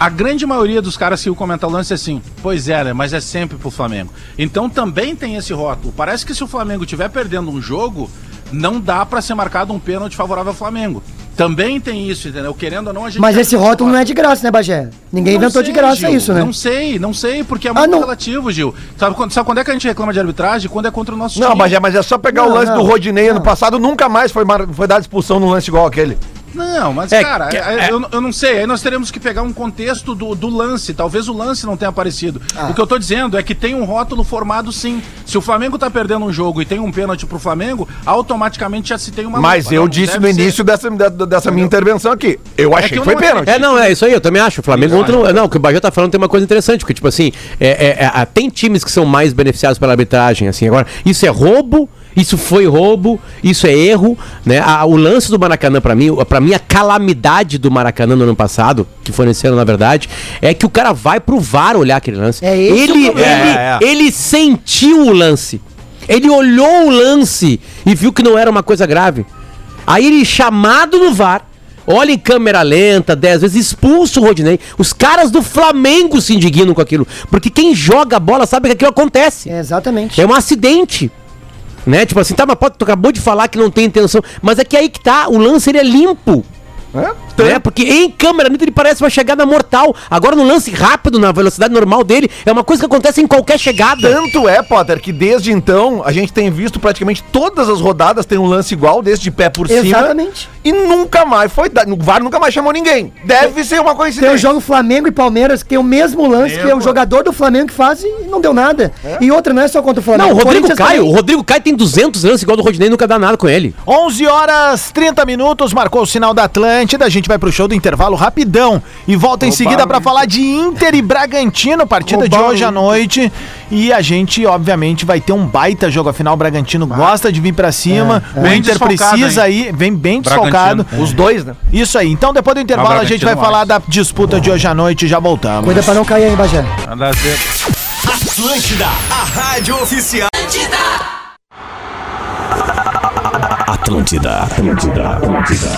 S8: A grande maioria dos caras que iam comentar o lance é assim, pois é, né, mas é sempre pro Flamengo. Então também tem esse rótulo. Parece que se o Flamengo estiver perdendo um jogo, não dá pra ser marcado um pênalti favorável ao Flamengo. Também tem isso, entendeu? Querendo ou não, a gente.
S7: Mas esse rótulo não é de graça, né, Bagé? Ninguém
S8: Não
S7: inventou
S8: sei,
S7: de graça
S8: Gil,
S7: isso, né?
S8: Não sei, não sei, porque é
S7: Ah,
S8: muito
S7: não.
S8: relativo, Gil. Sabe quando, sabe quando é que a gente reclama de arbitragem? Quando é contra o nosso
S6: Não,
S8: time.
S6: mas é, mas é só pegar
S7: Não,
S6: o lance
S7: não,
S6: do Rodinei ano passado, nunca mais foi, mar- foi dada expulsão num lance igual aquele.
S8: Não, mas,
S4: É,
S8: cara,
S4: que-
S8: é- Eu, eu não sei. Aí nós teremos que pegar um contexto do, do lance. Talvez o lance não tenha aparecido.
S3: Ah.
S8: O que eu tô dizendo é que tem um rótulo formado, sim. Se o Flamengo tá perdendo um jogo e tem um pênalti pro Flamengo, automaticamente já se tem uma.
S6: Mas
S8: lupa.
S6: eu
S8: Não,
S6: disse
S8: deve
S6: no
S8: ser.
S6: início dessa, da- dessa minha intervenção aqui. Eu achei
S8: que
S6: que,
S8: eu
S6: foi
S8: não
S6: pênalti.
S4: É, não, é isso aí, eu também acho. O Flamengo ontem não, não, o que o Bajé tá falando tem uma coisa interessante, porque, tipo assim, é- é- é- ah, tem times que são mais beneficiados pela arbitragem, assim, agora, isso é roubo, isso foi roubo, isso é erro, né? Ah, o lance do Maracanã, pra mim, para mim, a calamidade do Maracanã no ano passado, que foi nesse ano, na verdade, é que o cara vai pro VAR olhar aquele lance.
S7: É esse
S4: ele,
S7: o problema.
S4: ele,
S6: É, é.
S4: ele sentiu o lance. Ele olhou o lance e viu que não era uma coisa grave. Aí ele chamado no VAR, olha em câmera lenta, 10 vezes, expulso o Rodinei. Os caras do Flamengo se indignam com aquilo. Porque quem joga a bola sabe que aquilo acontece.
S7: É, exatamente.
S4: É um acidente. Né? Tipo assim, tá, mas pode, tu acabou de falar que não tem intenção. Mas é que aí que tá, o lance ele é limpo.
S7: É?
S4: Né? Porque em câmera lenta ele parece uma chegada mortal. Agora no lance rápido, na velocidade normal dele, é uma coisa que acontece em qualquer chegada.
S6: Tanto é, Potter, que desde então a gente tem visto praticamente todas as rodadas tem um lance igual, desde de pé por cima.
S7: Exatamente.
S6: E nunca mais foi dado. O VAR nunca mais chamou ninguém. Deve ser uma
S7: Tem o
S6: coincidência.
S7: jogo Flamengo e Palmeiras, que tem o mesmo lance, que é o jogador do Flamengo que faz e não deu nada. E outra, não é só contra o Flamengo.
S4: Não, o Rodrigo
S7: Corinthians
S4: Caio, o
S7: também.
S4: Rodrigo Caio tem 200 anos igual do Rodinei, nunca dá nada com ele.
S2: 11 horas 30 minutos, marcou o sinal da Atlântida. A gente vai pro show do intervalo rapidão e volta em seguida pra falar de Inter e Bragantino, partida de hoje à noite. E a gente, obviamente, vai ter um baita jogo. Afinal, o Bragantino
S6: Ah.
S2: gosta de vir pra cima.
S6: É,
S2: O
S8: Bem
S2: Inter
S8: desfalcado,
S2: precisa aí, vem bem desfalcado.
S8: Bragantino.
S6: Os dois, né?
S2: Isso aí. Então, depois do intervalo, a gente vai
S8: Bragantino
S2: falar da disputa de hoje à noite. Já voltamos.
S7: Cuida pra não cair aí, Bagé.
S8: Nada a ver.
S1: Atlântida, Atlântida, Atlântida.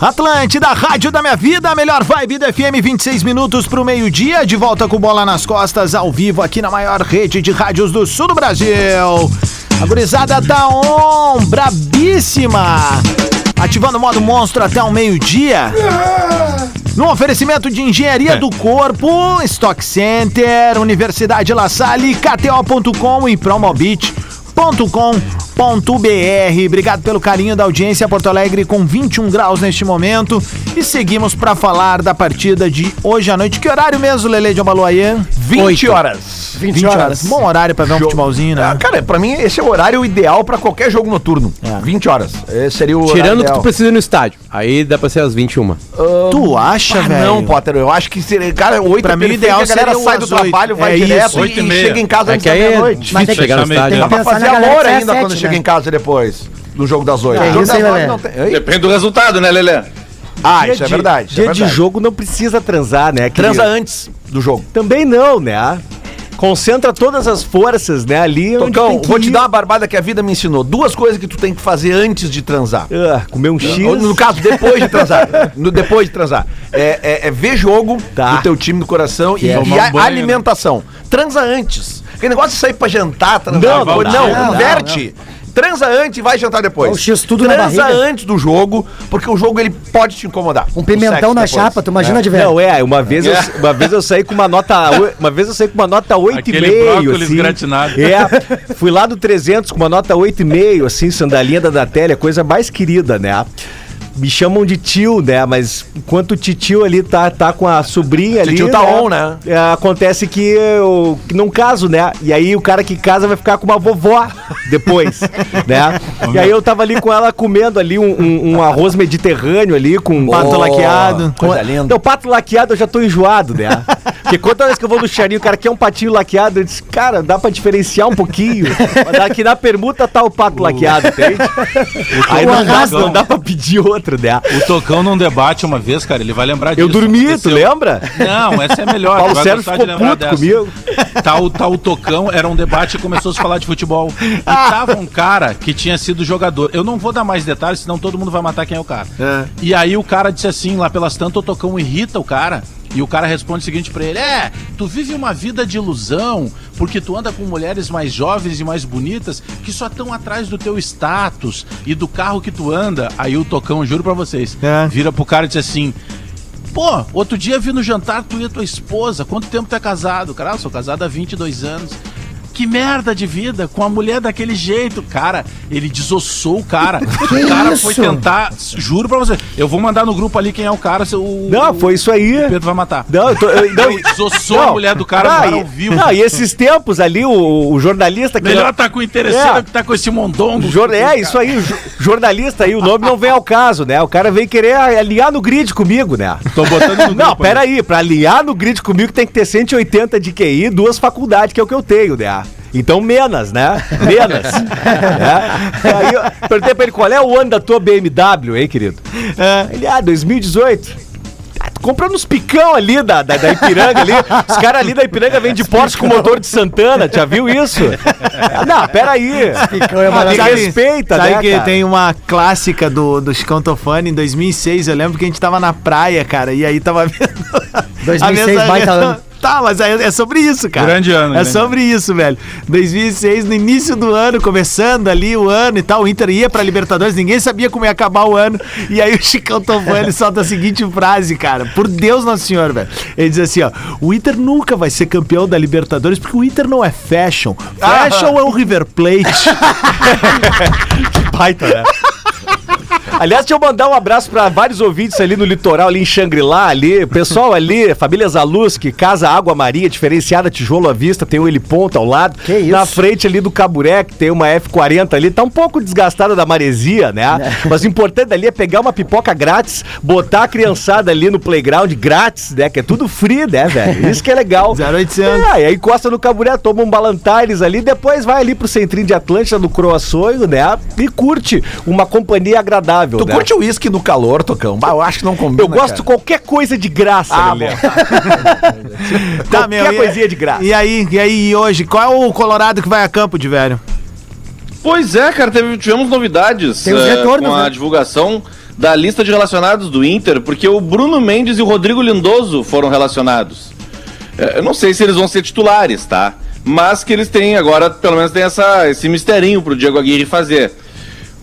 S2: Atlântida, Rádio da Minha Vida, a melhor vibe do FM, 26 minutos pro meio-dia, de volta com bola nas costas, ao vivo aqui na maior rede de rádios do sul do Brasil. A gurizada tá on, brabíssima, ativando o modo monstro até o meio-dia. No oferecimento de Engenharia do Corpo, Stock Center, Universidade La Salle, KTO.com e Promobit.com.br Alegre.com.br. Obrigado pelo carinho da audiência. Porto Alegre com 21 graus neste momento. E seguimos para falar da partida de hoje à noite. Que horário mesmo, Lele de Abaloaien?
S6: 20 horas.
S7: 20,
S2: 20
S7: horas.
S2: horas. Bom horário para ver um
S6: Jogo-
S2: futebolzinho, né?
S6: Ah, cara, pra mim esse é o horário ideal pra qualquer jogo noturno. 20 horas. Esse seria o
S4: Tirando o que tu
S6: horário
S4: precisa ir no estádio. Aí dá pra ser às 21.
S2: tu acha,
S6: Ah,
S2: velho?
S6: não, Potter, eu acho que seria, cara, 8
S2: Pra mim, o ideal
S6: a galera
S2: seria
S6: sai do
S2: umas oito.
S6: trabalho, vai
S2: É isso,
S6: direto
S8: oito e
S6: e,
S8: meia.
S6: chega em casa
S4: É
S6: antes
S4: que
S6: da
S4: aí é
S6: meia-noite.
S7: Mas tem
S4: difícil
S7: que-
S4: chegar no
S8: tem que
S4: estádio.
S6: Dá
S4: né?
S6: pra
S7: pensar
S6: fazer
S7: na
S6: a
S7: galera
S6: hora
S7: que é
S6: ainda
S7: sete,
S6: quando chega
S7: né?
S6: em casa depois do jogo das 8.
S7: É
S6: jogo
S7: isso
S6: das
S7: aí,
S6: oito
S7: Lelé.
S6: não tem- Ei?
S5: Depende do resultado, né, Lelê?
S6: Ah,
S3: Dia
S6: isso é
S3: de-
S6: verdade. isso é
S3: Dia de
S6: verdade.
S3: jogo não precisa transar, né? querido?
S6: Transa antes do jogo.
S3: Também não, né? Concentra todas as forças, né? Ali onde
S6: Tocão,
S3: tem que
S6: vou te
S3: ir.
S6: dar uma barbada que a vida me ensinou. Duas coisas que tu tem que fazer antes de transar.
S3: Ah, comer um X.
S6: Ou, no caso, depois de transar. No- depois de transar. É, é- é ver jogo
S3: Tá.
S6: do teu time do coração e,
S8: é.
S6: e
S8: Tomar
S6: a
S8: um banho,
S6: alimentação. Transa antes. Aquele negócio de sair pra jantar, transar
S8: Não,
S6: depois.
S8: não
S6: Não,
S8: dá, não dá,
S6: inverte. Transa antes e vai jantar depois.
S7: Dá o X tudo na
S6: Transa
S7: barriga.
S6: antes do jogo, porque o jogo ele pode te incomodar.
S7: Um
S6: O
S7: pimentão
S6: sexo
S7: na
S6: depois.
S7: chapa, tu imagina de velho.
S3: Não, é, uma vez, eu, uma vez eu saí com uma nota, oi- uma vez eu saí com uma nota 8,5,
S8: Aquele brócolis gratinado.
S3: assim. É, fui lá do 300 com uma nota 8,5, assim, sandalinha da Datélia, coisa mais querida, né? Me chamam de tio, né? Mas enquanto o titio ali tá, tá com a sobrinha ali.
S6: Titio tá
S3: né?
S6: on, né?
S3: É, acontece que eu que não caso, né? E aí o cara que casa vai ficar com uma vovó depois, né? E aí eu tava ali com ela comendo ali um, um- um arroz mediterrâneo ali com um
S6: Boa,
S3: pato laqueado.
S6: coisa
S3: com-
S6: linda.
S3: Não, pato laqueado eu já tô enjoado, né? Porque quantas vezes que eu vou no charinho, o cara quer um patinho laqueado, eu disse, cara, dá pra diferenciar um pouquinho. Aqui na permuta tá o pato laqueado, entende? Aí não dá,
S8: arrasto.
S3: não dá pra pedir outro, né?
S8: O Tocão num debate uma vez, cara, ele vai lembrar disso.
S3: Eu dormi, tu
S8: Aconteceu.
S3: lembra?
S8: Não, essa é melhor.
S3: Paulo
S8: tu vai
S3: Sérgio
S8: gostar
S3: ficou
S8: de lembrar
S3: puto comigo.
S8: Tá o, tá o Tocão, era um debate e começou a se falar de futebol. E tava um cara que tinha sido jogador. Eu não vou dar mais detalhes, senão todo mundo vai matar quem é o cara. E aí o cara disse assim, lá pelas tantas, o Tocão irrita o cara. E o cara responde o seguinte pra ele: É, tu vive uma vida de ilusão, porque tu anda com mulheres mais jovens e mais bonitas que só estão atrás do teu status e do carro que tu anda. Aí o Tocão, juro pra vocês,
S2: É.
S8: vira pro cara e diz assim: Pô, outro dia vi no jantar tu e a tua esposa. Quanto tempo tu é casado? Cara, eu sou casado há 22 anos. Que merda de vida, com a mulher daquele jeito. Cara, ele desossou o cara. o cara foi
S7: isso?
S8: tentar, juro pra você. Eu vou mandar no grupo ali quem é o cara, se o,
S3: Não, foi isso aí.
S8: o Pedro vai matar.
S3: Não, eu tô, eu, não,
S8: Não, desossou a mulher do cara,
S3: não,
S8: cara
S3: e-
S8: ao vivo.
S3: Não, e esses tempos ali, o, o jornalista que.
S8: Melhor tá com o interesseiro
S3: É.
S8: que tá com esse mondongo.
S3: Jor- é, isso aí, o jo- jornalista aí, o nome não vem ao caso, né? O cara veio querer alinhar no grid comigo, né?
S8: Tô botando no grupo
S3: Não,
S8: né? ali.
S3: peraí, pra alinhar no grid comigo tem que ter 180 de QI, duas faculdades, que é o que eu tenho, né? Então, menos, né? Menos. né? Aí eu perguntei pra ele qual é o ano da tua BMW, hein, querido?
S8: É.
S3: Ele, ah, 2018. Ah, tu Comprou nos picão ali da, da, da Ipiranga ali. Os caras ali da Ipiranga vêm de Porsche com motor de Santana, já viu isso? Ah, não, peraí.
S7: Picão é
S3: Ah, me
S7: maravilhoso.
S3: respeita,
S2: Sabe
S3: né,
S2: que
S3: cara?
S2: tem uma clássica do, do Chicão Tofani em 2006, eu lembro que a gente tava na praia, cara, e aí tava vendo...
S7: 2006
S2: mensagem-
S7: baita ano.
S2: Tá, mas é, é sobre isso, cara.
S8: Grande ano,
S2: É
S8: grande
S2: sobre isso, velho. 2006, no início do ano, começando ali o ano e tal, o Inter ia pra Libertadores, ninguém sabia como ia acabar o ano, e aí o Chicão Tofani solta a seguinte frase, cara, por Deus Nosso Senhor, velho. Ele diz assim, ó, o Inter nunca vai ser campeão da Libertadores porque o Inter não é fashion. Fashion
S7: Ah.
S2: é o River Plate.
S3: Python, né? Aliás, deixa eu mandar um abraço pra vários ouvintes ali no litoral, ali em Xangri-Lá, ali. Pessoal ali, família Zaluski, Casa Água Maria, diferenciada, tijolo à vista, tem o Heliponto ao lado.
S7: Que isso?
S3: Na frente ali do Caburé, que tem uma F40 ali, tá um pouco desgastada da maresia, né? Mas o importante ali é pegar uma pipoca grátis, botar a criançada ali no playground grátis, né? Que é tudo free, né, velho? Isso que é legal.
S2: 0800.
S3: É, e aí encosta no caburé, toma um Balantares ali, depois vai ali pro centrinho de Atlântida, no Croaçonho, né? E curte uma companhia agradável,
S6: Tu
S3: né?
S6: curte o uísque no calor, Tocão? Bah, É. eu acho que não combina.
S3: Eu gosto
S6: cara.
S3: qualquer coisa de graça,
S6: Ah, Tá,
S3: Lelê.
S2: Tá,
S3: Qualquer
S2: meu, e-
S3: coisinha de graça.
S2: E aí, e aí, e hoje, qual é o Colorado que vai a campo de velho?
S5: Pois é, cara, teve- tivemos novidades
S7: Tem os
S5: eh,
S7: retornos,
S5: com a
S7: né?
S5: divulgação da lista de relacionados do Inter, porque o Bruno Mendes e o Rodrigo Lindoso foram relacionados. Eh, Eu não sei se eles vão ser titulares, tá? Mas que eles têm agora, pelo menos tem essa, esse misterinho pro Diego Aguirre fazer.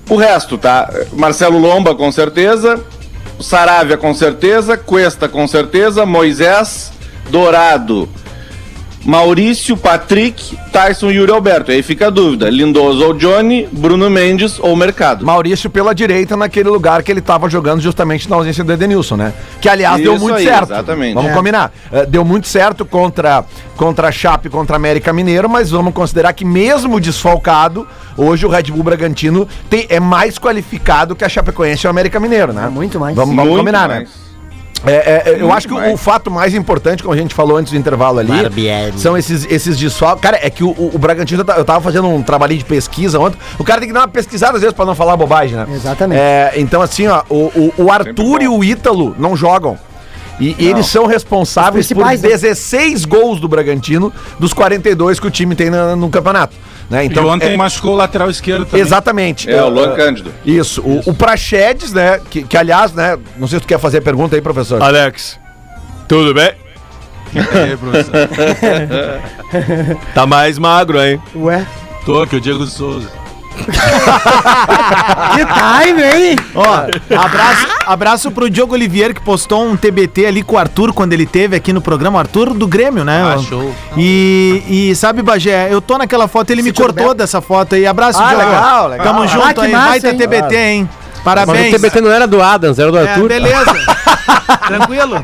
S5: O resto, tá? Marcelo Lomba, com certeza. Saravia, com certeza. Cuesta, com certeza. Moisés, Dourado, Maurício, Patrick, Tyson e Yuri Alberto. Aí fica a dúvida: Lindoso ou Johnny, Bruno Mendes ou Mercado.
S6: Maurício pela direita naquele lugar que ele estava jogando justamente na ausência do Edenilson, né? Que aliás deu
S5: Isso
S6: muito
S5: aí,
S6: certo.
S5: exatamente.
S6: Vamos
S5: É.
S6: combinar. Eh, Deu muito certo contra contra a Chape, contra a América Mineiro, mas vamos considerar que mesmo desfalcado, hoje o Red Bull Bragantino tem- é mais qualificado que a Chapecoense e o América Mineiro, né?
S7: É muito mais.
S6: Vamos, vamos
S5: Muito
S6: combinar, né?
S5: mais.
S6: É, é, eu acho que o,
S5: mais.
S6: o fato mais importante, como a gente falou antes do intervalo ali,
S4: Barbieri.
S6: são esses, esses desfalques. Cara, é que o, o- o Bragantino, tá- eu tava fazendo um trabalhinho de pesquisa ontem. O cara tem que dar uma pesquisada às vezes pra não falar bobagem, né?
S7: Exatamente.
S6: É, então, assim, ó, o, o- o Arthur
S5: bom.
S6: e o Ítalo não jogam. E eles são responsáveis
S7: Os
S6: por
S7: principais, né?
S6: 16 gols do Bragantino dos 42 que o time tem na- no campeonato. Né?
S8: Então,
S6: Então,
S8: e ontem
S6: é-
S8: machucou o lateral esquerdo também.
S6: Exatamente.
S5: É, o
S6: Eu-
S5: Luan
S10: Ah,
S6: eu-
S5: Cândido.
S6: Isso. O, o Praxedes, né? Que, que, aliás, né? Não sei se tu quer fazer a pergunta aí, professor.
S9: Alex, tudo bem?
S8: É, professor.
S9: Tá mais magro, hein?
S7: Ué.
S8: Tô aqui, o Diego Souza.
S7: Que time, hein?
S2: Ó, abraço, abraço pro Diogo Olivier que postou um TBT ali com o Arthur quando ele teve aqui no programa. O Arthur do Grêmio, né?
S8: Ah, show.
S2: E, e sabe, Bagé, eu tô naquela foto, ele me
S7: Sítio
S2: cortou
S7: Roberto.
S2: dessa foto aí. Abraço,
S6: Ah,
S2: Diogo.
S6: legal, legal.
S2: Tamo
S6: Ah,
S2: junto
S7: que
S2: aí.
S7: massa,
S2: Vai ter
S7: hein?
S2: TBT, hein?
S4: Mas
S2: Parabéns.
S4: o TBT não era do Adams, era do
S2: É,
S4: Arthur.
S2: beleza. Tranquilo?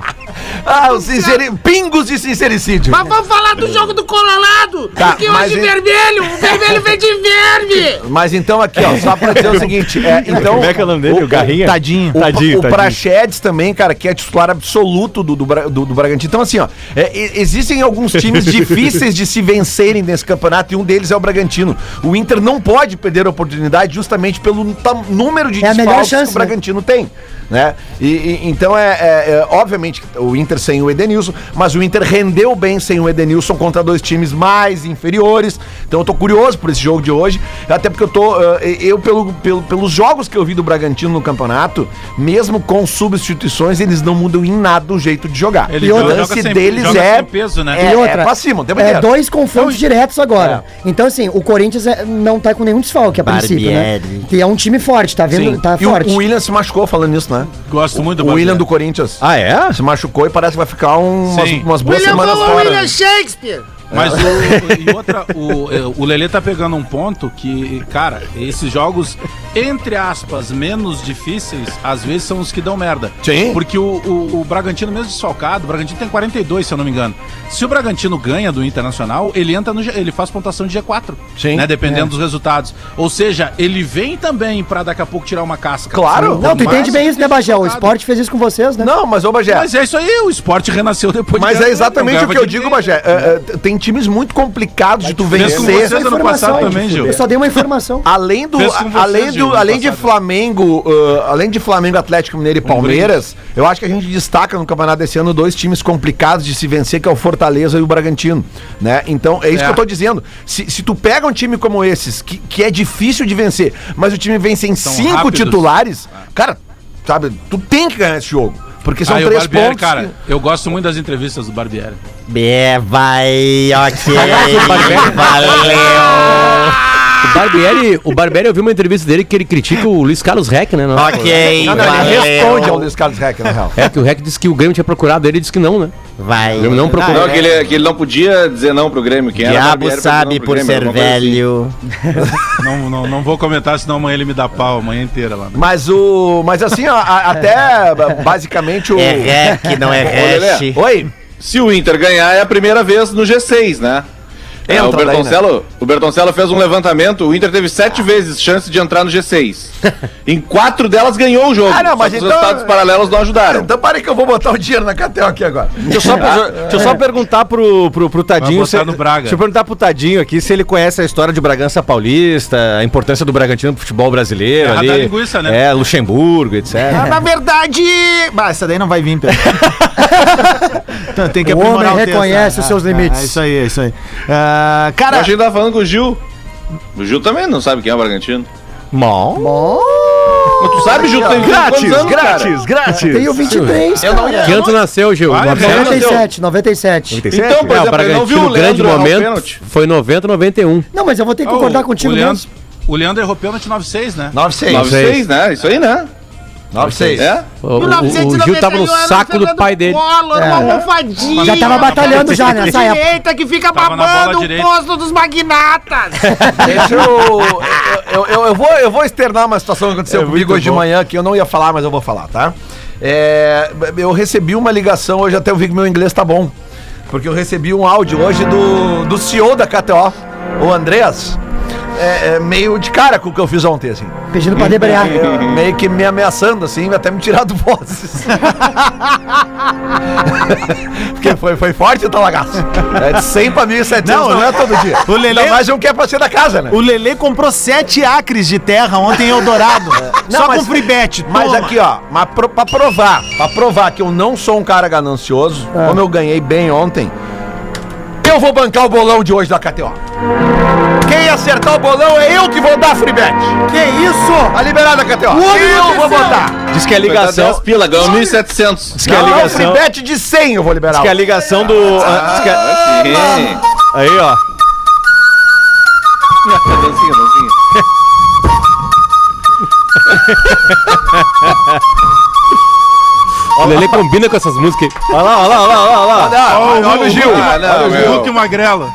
S6: Ah, o sinceri... pingos de sincericídio.
S11: Mas vamos falar do jogo do Colorado!
S6: Tá,
S11: que
S6: mas
S11: hoje
S3: é-
S11: é
S6: e-
S11: vermelho! O vermelho vem de verme!
S6: Mas então aqui, ó, só pra dizer o seguinte, é, então...
S9: Como é que é o nome dele? O Garrinha?
S2: Tadinho.
S6: O,
S9: Tadinho,
S6: o
S9: tadinho.
S6: Praxedes também, cara, que é titular absoluto do, do, Bra- do- do Bragantino. Então, assim, ó, é, e- existem alguns times difíceis de se vencerem nesse campeonato e um deles é o Bragantino. O Inter não pode perder a oportunidade justamente pelo tam- número de
S7: É a melhor
S6: que
S7: chance,
S6: o
S7: né?
S6: Bragantino tem, né? E, e- então, é, é- é, obviamente, o Inter sem o Edenilson, mas o Inter rendeu bem sem o Edenilson contra dois times mais inferiores. Então, eu tô curioso por esse jogo de hoje, até porque eu tô, eh, eu pelo, pelo- pelos jogos que eu vi do Bragantino no campeonato, mesmo com substituições, eles não mudam em nada o jeito de jogar.
S8: Ele
S6: e o
S8: joga-
S6: lance
S8: joga sem-
S6: deles
S8: joga
S6: é,
S8: sem peso, né?
S6: é,
S7: E outra,
S6: é pra é. cima, o tempo
S7: É
S6: inteiro.
S7: dois confrontos diretos agora. Então, assim, o Corinthians é- não tá com nenhum desfalque a princípio, né? E é um time forte, tá vendo?
S6: Sim.
S7: Tá
S6: e
S7: forte.
S6: o, o William se machucou falando nisso, né?
S8: Gosto muito
S6: o William
S8: Bagé.
S6: do Corinthians.
S3: Ah, é?
S6: Se machucou e parece que vai ficar um- umas,
S8: Sim.
S6: umas boas
S11: William
S6: semanas
S11: falou
S6: fora.
S11: William Shakespeare!
S8: Mas
S6: É.
S8: o, e outra, o, eh, o Lelê tá pegando um ponto que, cara, esses jogos, entre aspas, menos difíceis, às vezes são os que dão merda.
S6: Sim.
S8: Porque o, o, o Bragantino, mesmo desfalcado, o Bragantino tem 42, se eu não me engano. Se o Bragantino ganha do Internacional, ele entra no G- ele faz pontuação de G4.
S6: Sim. É.
S8: Né, dependendo dos resultados. Ou seja, ele vem também pra daqui a pouco tirar uma casca.
S6: Claro.
S7: Não, tu
S8: Mas
S7: entende bem isso, né, Bagé? O
S8: desfalcado.
S7: esporte fez isso com vocês, né?
S6: Não, mas ô Bagé.
S8: Mas é isso aí, o esporte renasceu depois
S6: Mas
S8: de-
S6: é exatamente
S8: não
S6: o que eu
S8: ganhava de
S6: digo,
S8: ninguém.
S6: Bagé. É, é, t- tem times muito complicados de tu
S8: Fez com
S6: vencer. é
S8: vocês ano passado também, Gil.
S7: Eu só dei uma informação.
S6: Além do,
S8: Fez com vocês,
S6: além
S8: Gil,
S6: do,
S8: no
S6: além de
S8: passado.
S6: Flamengo, uh, além de Flamengo, Atlético Mineiro e Palmeiras, eu acho que a gente destaca no campeonato desse ano dois times complicados de se vencer, que é o Fortaleza e o Bragantino, né? Então é isso
S8: É.
S6: que eu tô dizendo. Se, se tu pega um time como esses, que, que é difícil de vencer, mas o time vence em cinco
S8: rápidos. É.
S6: titulares, cara, sabe? Tu tem que ganhar esse jogo, porque são
S8: Aí Ah, o
S6: três
S8: Barbieri,
S6: pontos.
S8: cara,
S6: que-
S8: eu gosto muito das entrevistas do Barbieri.
S4: É, vai, ok. Valeu. O Barbieri, o Barbieri, eu vi uma entrevista dele que ele critica o Luiz Carlos Reck, né?
S3: Ah,
S4: na-
S10: Ok,
S6: Não, não, ele responde ao Luiz Carlos Reck, na real.
S4: É que o Reck disse que o Grêmio tinha procurado ele e disse que não, né?
S10: Vai.
S4: O Grêmio não procurou.
S5: Não, que ele, é, que ele não podia dizer não pro Grêmio. Quem era
S10: Diabo
S5: Barbieri pra dizer
S10: sabe
S5: não pro
S10: por
S5: Grêmio,
S10: ser
S5: alguma coisa assim.
S10: velho.
S8: Não, não, não vou comentar, senão amanhã ele me dá pau a manhã inteira lá.
S6: Mas o. Mas assim, ó, a- até ba- basicamente o.
S10: É rec, não é
S5: Lelé.
S10: hash.
S6: Oi?
S5: Se o Inter ganhar, é a primeira vez no G6, né? É, o,
S6: Entra daí,
S5: Bertoncello, o Bertoncello fez um levantamento, o Inter teve sete vezes chance de entrar no G6. em quatro delas ganhou o jogo.
S6: Ah, não,
S5: só
S6: mas
S5: que os
S6: então-
S5: resultados paralelos não ajudaram.
S6: Então para aí que eu vou botar o dinheiro na Catel aqui agora.
S3: Deixa eu
S4: É.
S3: só, deixa eu só perguntar pro, pro, pro Tadinho.
S8: Vai botar no Braga.
S3: Deixa eu perguntar pro Tadinho aqui se ele conhece a história de Bragança Paulista, a importância do Bragantino pro futebol brasileiro.
S8: Terra
S3: ali.
S8: da linguiça, É né? É,
S3: É, Luxemburgo, etc.
S2: Ah, na verdade. Bah, essa daí não vai vir, Pedro. Então, Tem que
S7: O homem
S2: aprimorar texto,
S7: reconhece
S2: né?
S7: os seus
S2: Ah,
S7: limites.
S2: ah, isso aí, é isso aí. Ah, cara,
S5: Eu achei que Então tava falando com o Gil. O Gil também não sabe quem é o Bragantino.
S3: Bom.
S5: Mas tu sabe, Gil, tu tem
S9: Grátis,
S5: quantos anos, cara?
S9: grátis, grátis.
S7: Tenho 23, cara.
S8: é
S4: Que ano tu nasceu, Gil?
S8: Vai,
S4: Não,
S8: vai.
S7: 97, 97.
S5: Então,
S4: o
S5: por exemplo, ele não viu o
S4: Bragantino, grande
S8: um
S5: Leandro errar o
S4: momento,
S5: pênalti.
S4: foi um. 90, 91.
S7: Não, mas eu vou ter que concordar
S8: o,
S7: contigo
S8: o Leandro,
S7: mesmo.
S11: Tá
S8: o Leandro errou pênalti 9-6, né?
S6: 96.
S5: 9-6, né? Isso aí, né?
S6: 9-6.
S5: É?
S4: O, o- o Gil tava
S8: um
S4: no saco do pai dele.
S11: Collor, uma almofadinha.
S7: É. Já tava batalhando Tá já né? nessa
S11: direita
S7: época.
S11: que fica
S8: Tava na bola
S11: babando o
S8: direita.
S11: posto dos magnatas.
S6: Deixa eu. Eu, eu- eu vou, eu vou externar uma situação que
S9: É
S6: aconteceu comigo hoje de manhã, que eu não ia falar, mas eu vou falar, tá? É, eu recebi uma ligação, hoje até eu vi que meu inglês tá bom. Porque eu recebi um áudio hoje do, do CEO da KTO, o Andreas. é, é, meio de cara com o que eu fiz ontem, assim.
S7: Pedindo pra debrear.
S6: Meio que me ameaçando, assim, até me tirar do vozes. Porque foi, foi forte o talagaço. É de 100 pra 1.700 não, não é todo dia.
S2: O Lelê-
S6: Ainda mais um que é pra ser da casa, né?
S2: O Lele comprou sete acres de terra ontem em Eldorado.
S6: Não,
S2: só
S6: mas-
S2: com free bet.
S6: Mas
S2: toma.
S6: aqui, ó, mas pro, pra provar, pra provar que eu não sou um cara ganancioso, como eu ganhei bem ontem, eu vou bancar o bolão de hoje da KTO. Quem acertar o bolão é eu que vou dar free bet. Que isso? A liberada KTO. eu vou botar.
S9: Diz que a
S5: Ligação.
S9: ligação.
S5: 10 pila, ganhou 1.700.
S9: Diz que a
S6: Não, é um
S9: ligação.
S6: free bet de 100 eu vou liberar.
S9: Diz que a ligação do. ah, diz que a-
S5: Sim.
S9: Aí, ó.
S5: Dancinha, dancinha.
S4: O Lele combina com essas músicas. aí.
S9: Olha lá, olha lá, olha lá, olha lá.
S6: Olha, olha o Gil.
S5: Ah, não, meu.
S8: Hulk Magrela.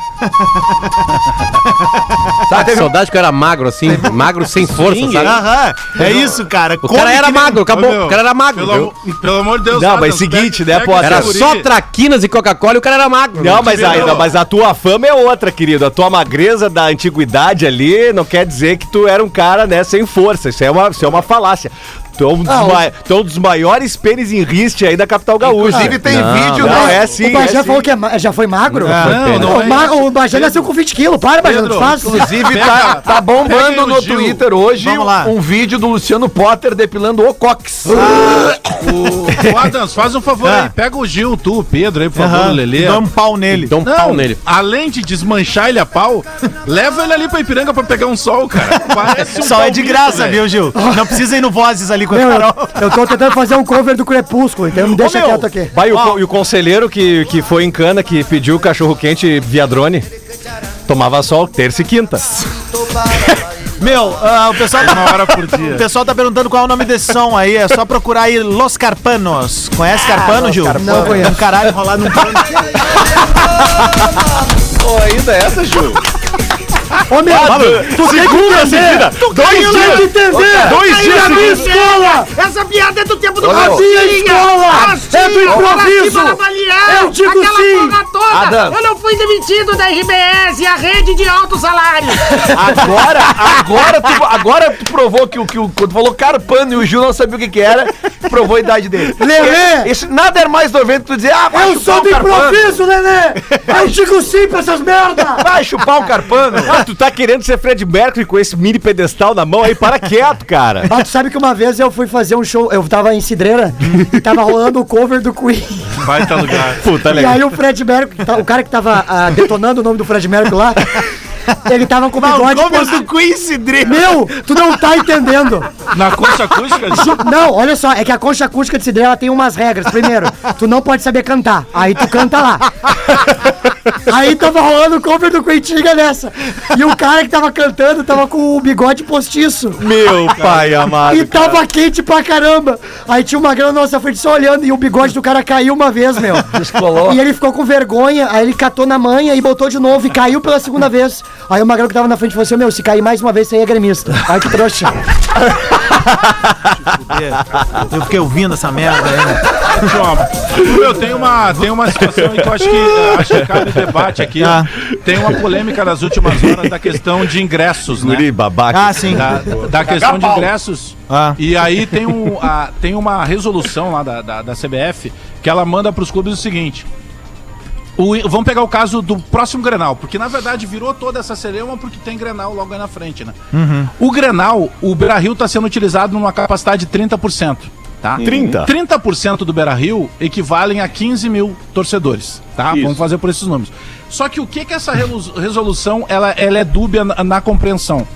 S4: Saudade que eu era magro assim, magro sem força, sabe?
S2: Aham. É isso, cara.
S4: O cara era magro, acabou.
S8: Ô, meu,
S4: o cara era magro.
S8: Pelo,
S4: viu?
S8: amor- pelo amor de Deus.
S9: Não,
S8: cara,
S9: mas seguinte, né, pô,
S8: esse
S4: Era
S8: guri.
S4: só traquinas e Coca-Cola e o cara era magro.
S9: Não, mas
S8: Não.
S9: ainda, mas a tua fama é outra, querido. A tua magreza da antiguidade ali não quer dizer que tu era um cara, né, sem força. Isso é uma, isso é uma falácia. Tu é um, dos mai- tu é um dos maiores pênis em riste aí da capital gaúcha.
S6: Inclusive tem vídeo
S9: não,
S6: do-
S9: é sim.
S7: o Bajé
S9: é
S7: falou
S9: sim.
S7: que é ma- já foi magro?
S8: Não, não
S7: o,
S8: é
S7: ma-
S8: isso.
S7: o Bajé nasceu com 20 quilos. Para, Bajé, não
S8: Pedro,
S7: faz.
S6: Inclusive, tá, tá bombando
S8: Pega aí o
S6: no
S8: Gil.
S6: Twitter hoje
S2: Vamos lá.
S6: um vídeo do Luciano Potter depilando o Cox.
S8: O, o Adams, faz um favor
S6: Ah.
S8: aí. Pega o Gil, tu, o Pedro aí, por favor, o Lelê.
S6: Então-
S2: Dá um pau nele.
S4: Dá um pau nele.
S8: além de desmanchar ele a pau, leva ele ali pra Ipiranga pra pegar um sol, cara. Parece um
S2: Só é de
S8: palmito,
S2: graça,
S8: velho.
S2: viu, Gil? Não precisa ir no Vozes ali com a
S7: Meu, eu,
S2: Carol.
S7: eu tô tentando fazer um cover do Crepúsculo, então me deixa
S2: meu,
S7: quieto aqui.
S9: Vai, o co- e o conselheiro que, que foi em cana, que pediu cachorro quente via drone, tomava sol terça e quinta.
S2: Meu, ah, o pessoal tá...
S8: Uma hora por dia.
S2: O pessoal tá perguntando qual é o nome desse som aí. É só procurar aí Los Carpanos. Conhece Carpano, Gil?
S7: Não conheço.
S2: Um caralho enrolado num pano.
S5: Pô, ainda essa, Ju?
S7: Ô, meu,
S9: segunda
S4: assim,
S9: seguida! Dois dias! Dois
S11: Aí
S9: dias
S11: na minha
S9: seguidos!
S11: escola! Essa piada é do tempo do
S6: Olha,
S11: Castinha!
S7: escola
S11: Castinha,
S7: é do improviso.
S11: Paraty, Parabalião,
S7: Eu digo
S11: aquela
S7: sim.
S11: porra toda.
S6: Adams.
S11: Eu não fui demitido da RBS, a rede de alto salário!
S6: Agora, agora tu, agora tu provou que o que o quando falou Carpano e o Gil não sabia o que que era, provou a idade dele.
S7: Lelê!
S6: Isso
S9: é
S6: nada era mais novento tu dizer, ah, vai
S7: Eu
S6: chupar
S9: um
S6: o
S7: sou do
S6: Carpano,
S7: improviso, Lelê! Eu digo sim pra essas merda!
S6: Vai chupar o Carpano.
S9: Ah, tu tá querendo ser Fred Mercury com esse mini pedestal na mão aí? Para quieto, cara.
S7: Ah, tu sabe que uma vez eu fui fazer um show, eu tava em Cidreira e tava rolando o cover do Queen.
S8: Vai tá lugar.
S9: Puta
S7: E aí o Fred Mercury, que tá- o cara que tava ah, detonando o nome do Fred Mercury lá, ele tava com o bigode. pos-
S2: Coincidência.
S7: Meu, tu não tá entendendo.
S8: Na concha acústica,
S7: Ju- Não, olha só, é que a concha acústica de Cidreira ela tem umas regras. Primeiro, tu não pode saber cantar. Aí tu canta lá. Aí tava rolando o cover do Quentinha nessa. E o cara que tava cantando tava com o bigode postiço.
S9: Meu pai amado.
S7: E tava quente pra caramba. Aí tinha uma grana na nossa frente só olhando e o bigode do cara caiu uma vez, meu.
S6: Descolou.
S7: E ele ficou com vergonha, aí ele catou na manha e botou de novo e caiu pela segunda vez. Aí o magrão que tava na frente falou assim: Meu, se cair mais uma vez, você aí é gremista. Aí que trouxa.
S2: Eu fiquei ouvindo essa merda aí. né?
S8: João, eu tenho uma, tenho uma situação aí que eu acho que, eh, acho que cabe debate aqui.
S2: Ah.
S8: Tem uma polêmica das últimas horas da questão de ingressos, né?
S9: Guri babaca.
S2: Ah, sim.
S8: Da, da questão de ingressos.
S2: Ah.
S8: E aí tem, um, a- tem uma resolução lá da, da, da CBF que ela manda para os clubes o seguinte. O, i- vamos pegar o caso do próximo Grenal, porque na verdade virou toda essa celeuma porque tem Grenal logo aí na frente, né? O Grenal, o Beira-Rio está sendo utilizado numa capacidade de 30%, tá?
S9: 30?
S8: 30% do Beira-Rio equivalem a 15 mil torcedores, tá?
S5: Isso.
S8: Vamos fazer por esses números. Só que o que que essa relu- resolução, ela, ela é dúbia na, na compreensão.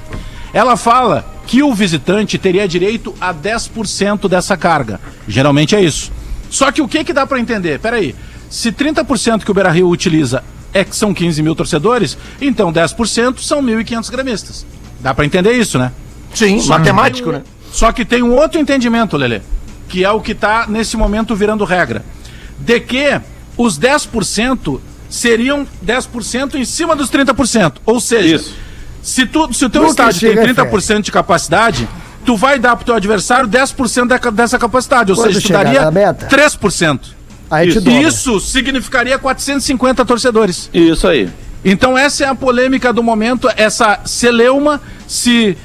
S8: Ela fala que o visitante teria direito a 10% dessa carga. Geralmente é isso. Só que o que que dá para entender? Peraí, se 30% que o Beira-Rio utiliza é que são 15 mil torcedores, então 10% são 1.500 gremistas. Dá para entender isso, né?
S6: Sim, matemático, né?
S8: Só que tem um outro entendimento, Lelê, que é o que está nesse momento virando regra. De que os 10% seriam 10% em cima dos 30%. Ou seja,
S5: Isso.
S8: se, tu, se o teu
S7: Nunca
S8: estádio tem
S7: chega, é
S8: 30% de capacidade, tu vai dar pro teu adversário 10% da, ca- dessa capacidade. Ou
S7: Quando
S8: seja, tu
S7: chegar
S8: daria
S7: na meta?
S8: 3%.
S7: Aí te
S8: Isso.
S7: dobra.
S8: Isso significaria 450 torcedores.
S5: Isso aí.
S8: Então essa é a polêmica do momento, essa celeuma se...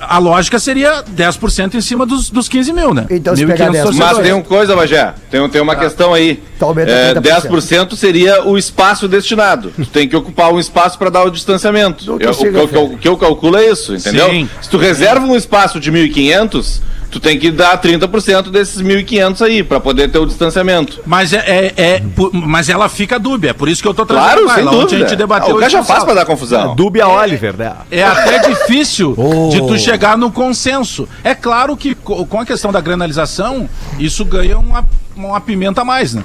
S8: A lógica seria 10% em cima dos, dos 15 mil, né?
S7: Então, se pegar
S8: 1.500
S7: 10%.
S5: Mas
S8: torcedores.
S5: tem uma coisa, Bagé. Tem, um, tem uma questão aí.
S7: Então aumenta
S5: É,
S7: 30%.
S5: 10% seria o espaço destinado. Tu tem que ocupar um espaço para dar o distanciamento.
S7: que
S5: Eu- o,
S7: chega,
S5: que eu-
S7: Fred.
S5: o que eu calculo é isso, entendeu?
S8: Sim.
S5: Se tu reserva um espaço de 1.500, tu tem que dar 30% desses 1.500 aí, para poder ter o distanciamento.
S8: Mas, é, é- é- pu- mas ela fica dúbia, é por isso que eu tô
S5: Claro,
S8: pra
S5: sem
S8: ela. Ontem
S5: dúvida.
S8: a gente debateu É,
S5: Ah, o cara
S8: isso
S5: já
S8: no
S5: faz
S8: sábado.
S5: para dar confusão.
S9: Dúbia Oliver,
S2: Ah,
S9: né?
S8: É até difícil de
S5: Oh.
S8: tu chegar no consenso. É claro que co- com a questão da granalização, isso ganha uma, uma pimenta a mais, né?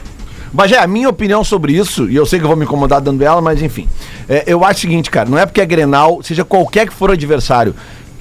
S6: Bagé, a minha opinião sobre isso, e eu sei que eu vou me incomodar dando ela, mas enfim. É, eu acho o seguinte, cara, não é porque é Grenal, seja qualquer que for o adversário.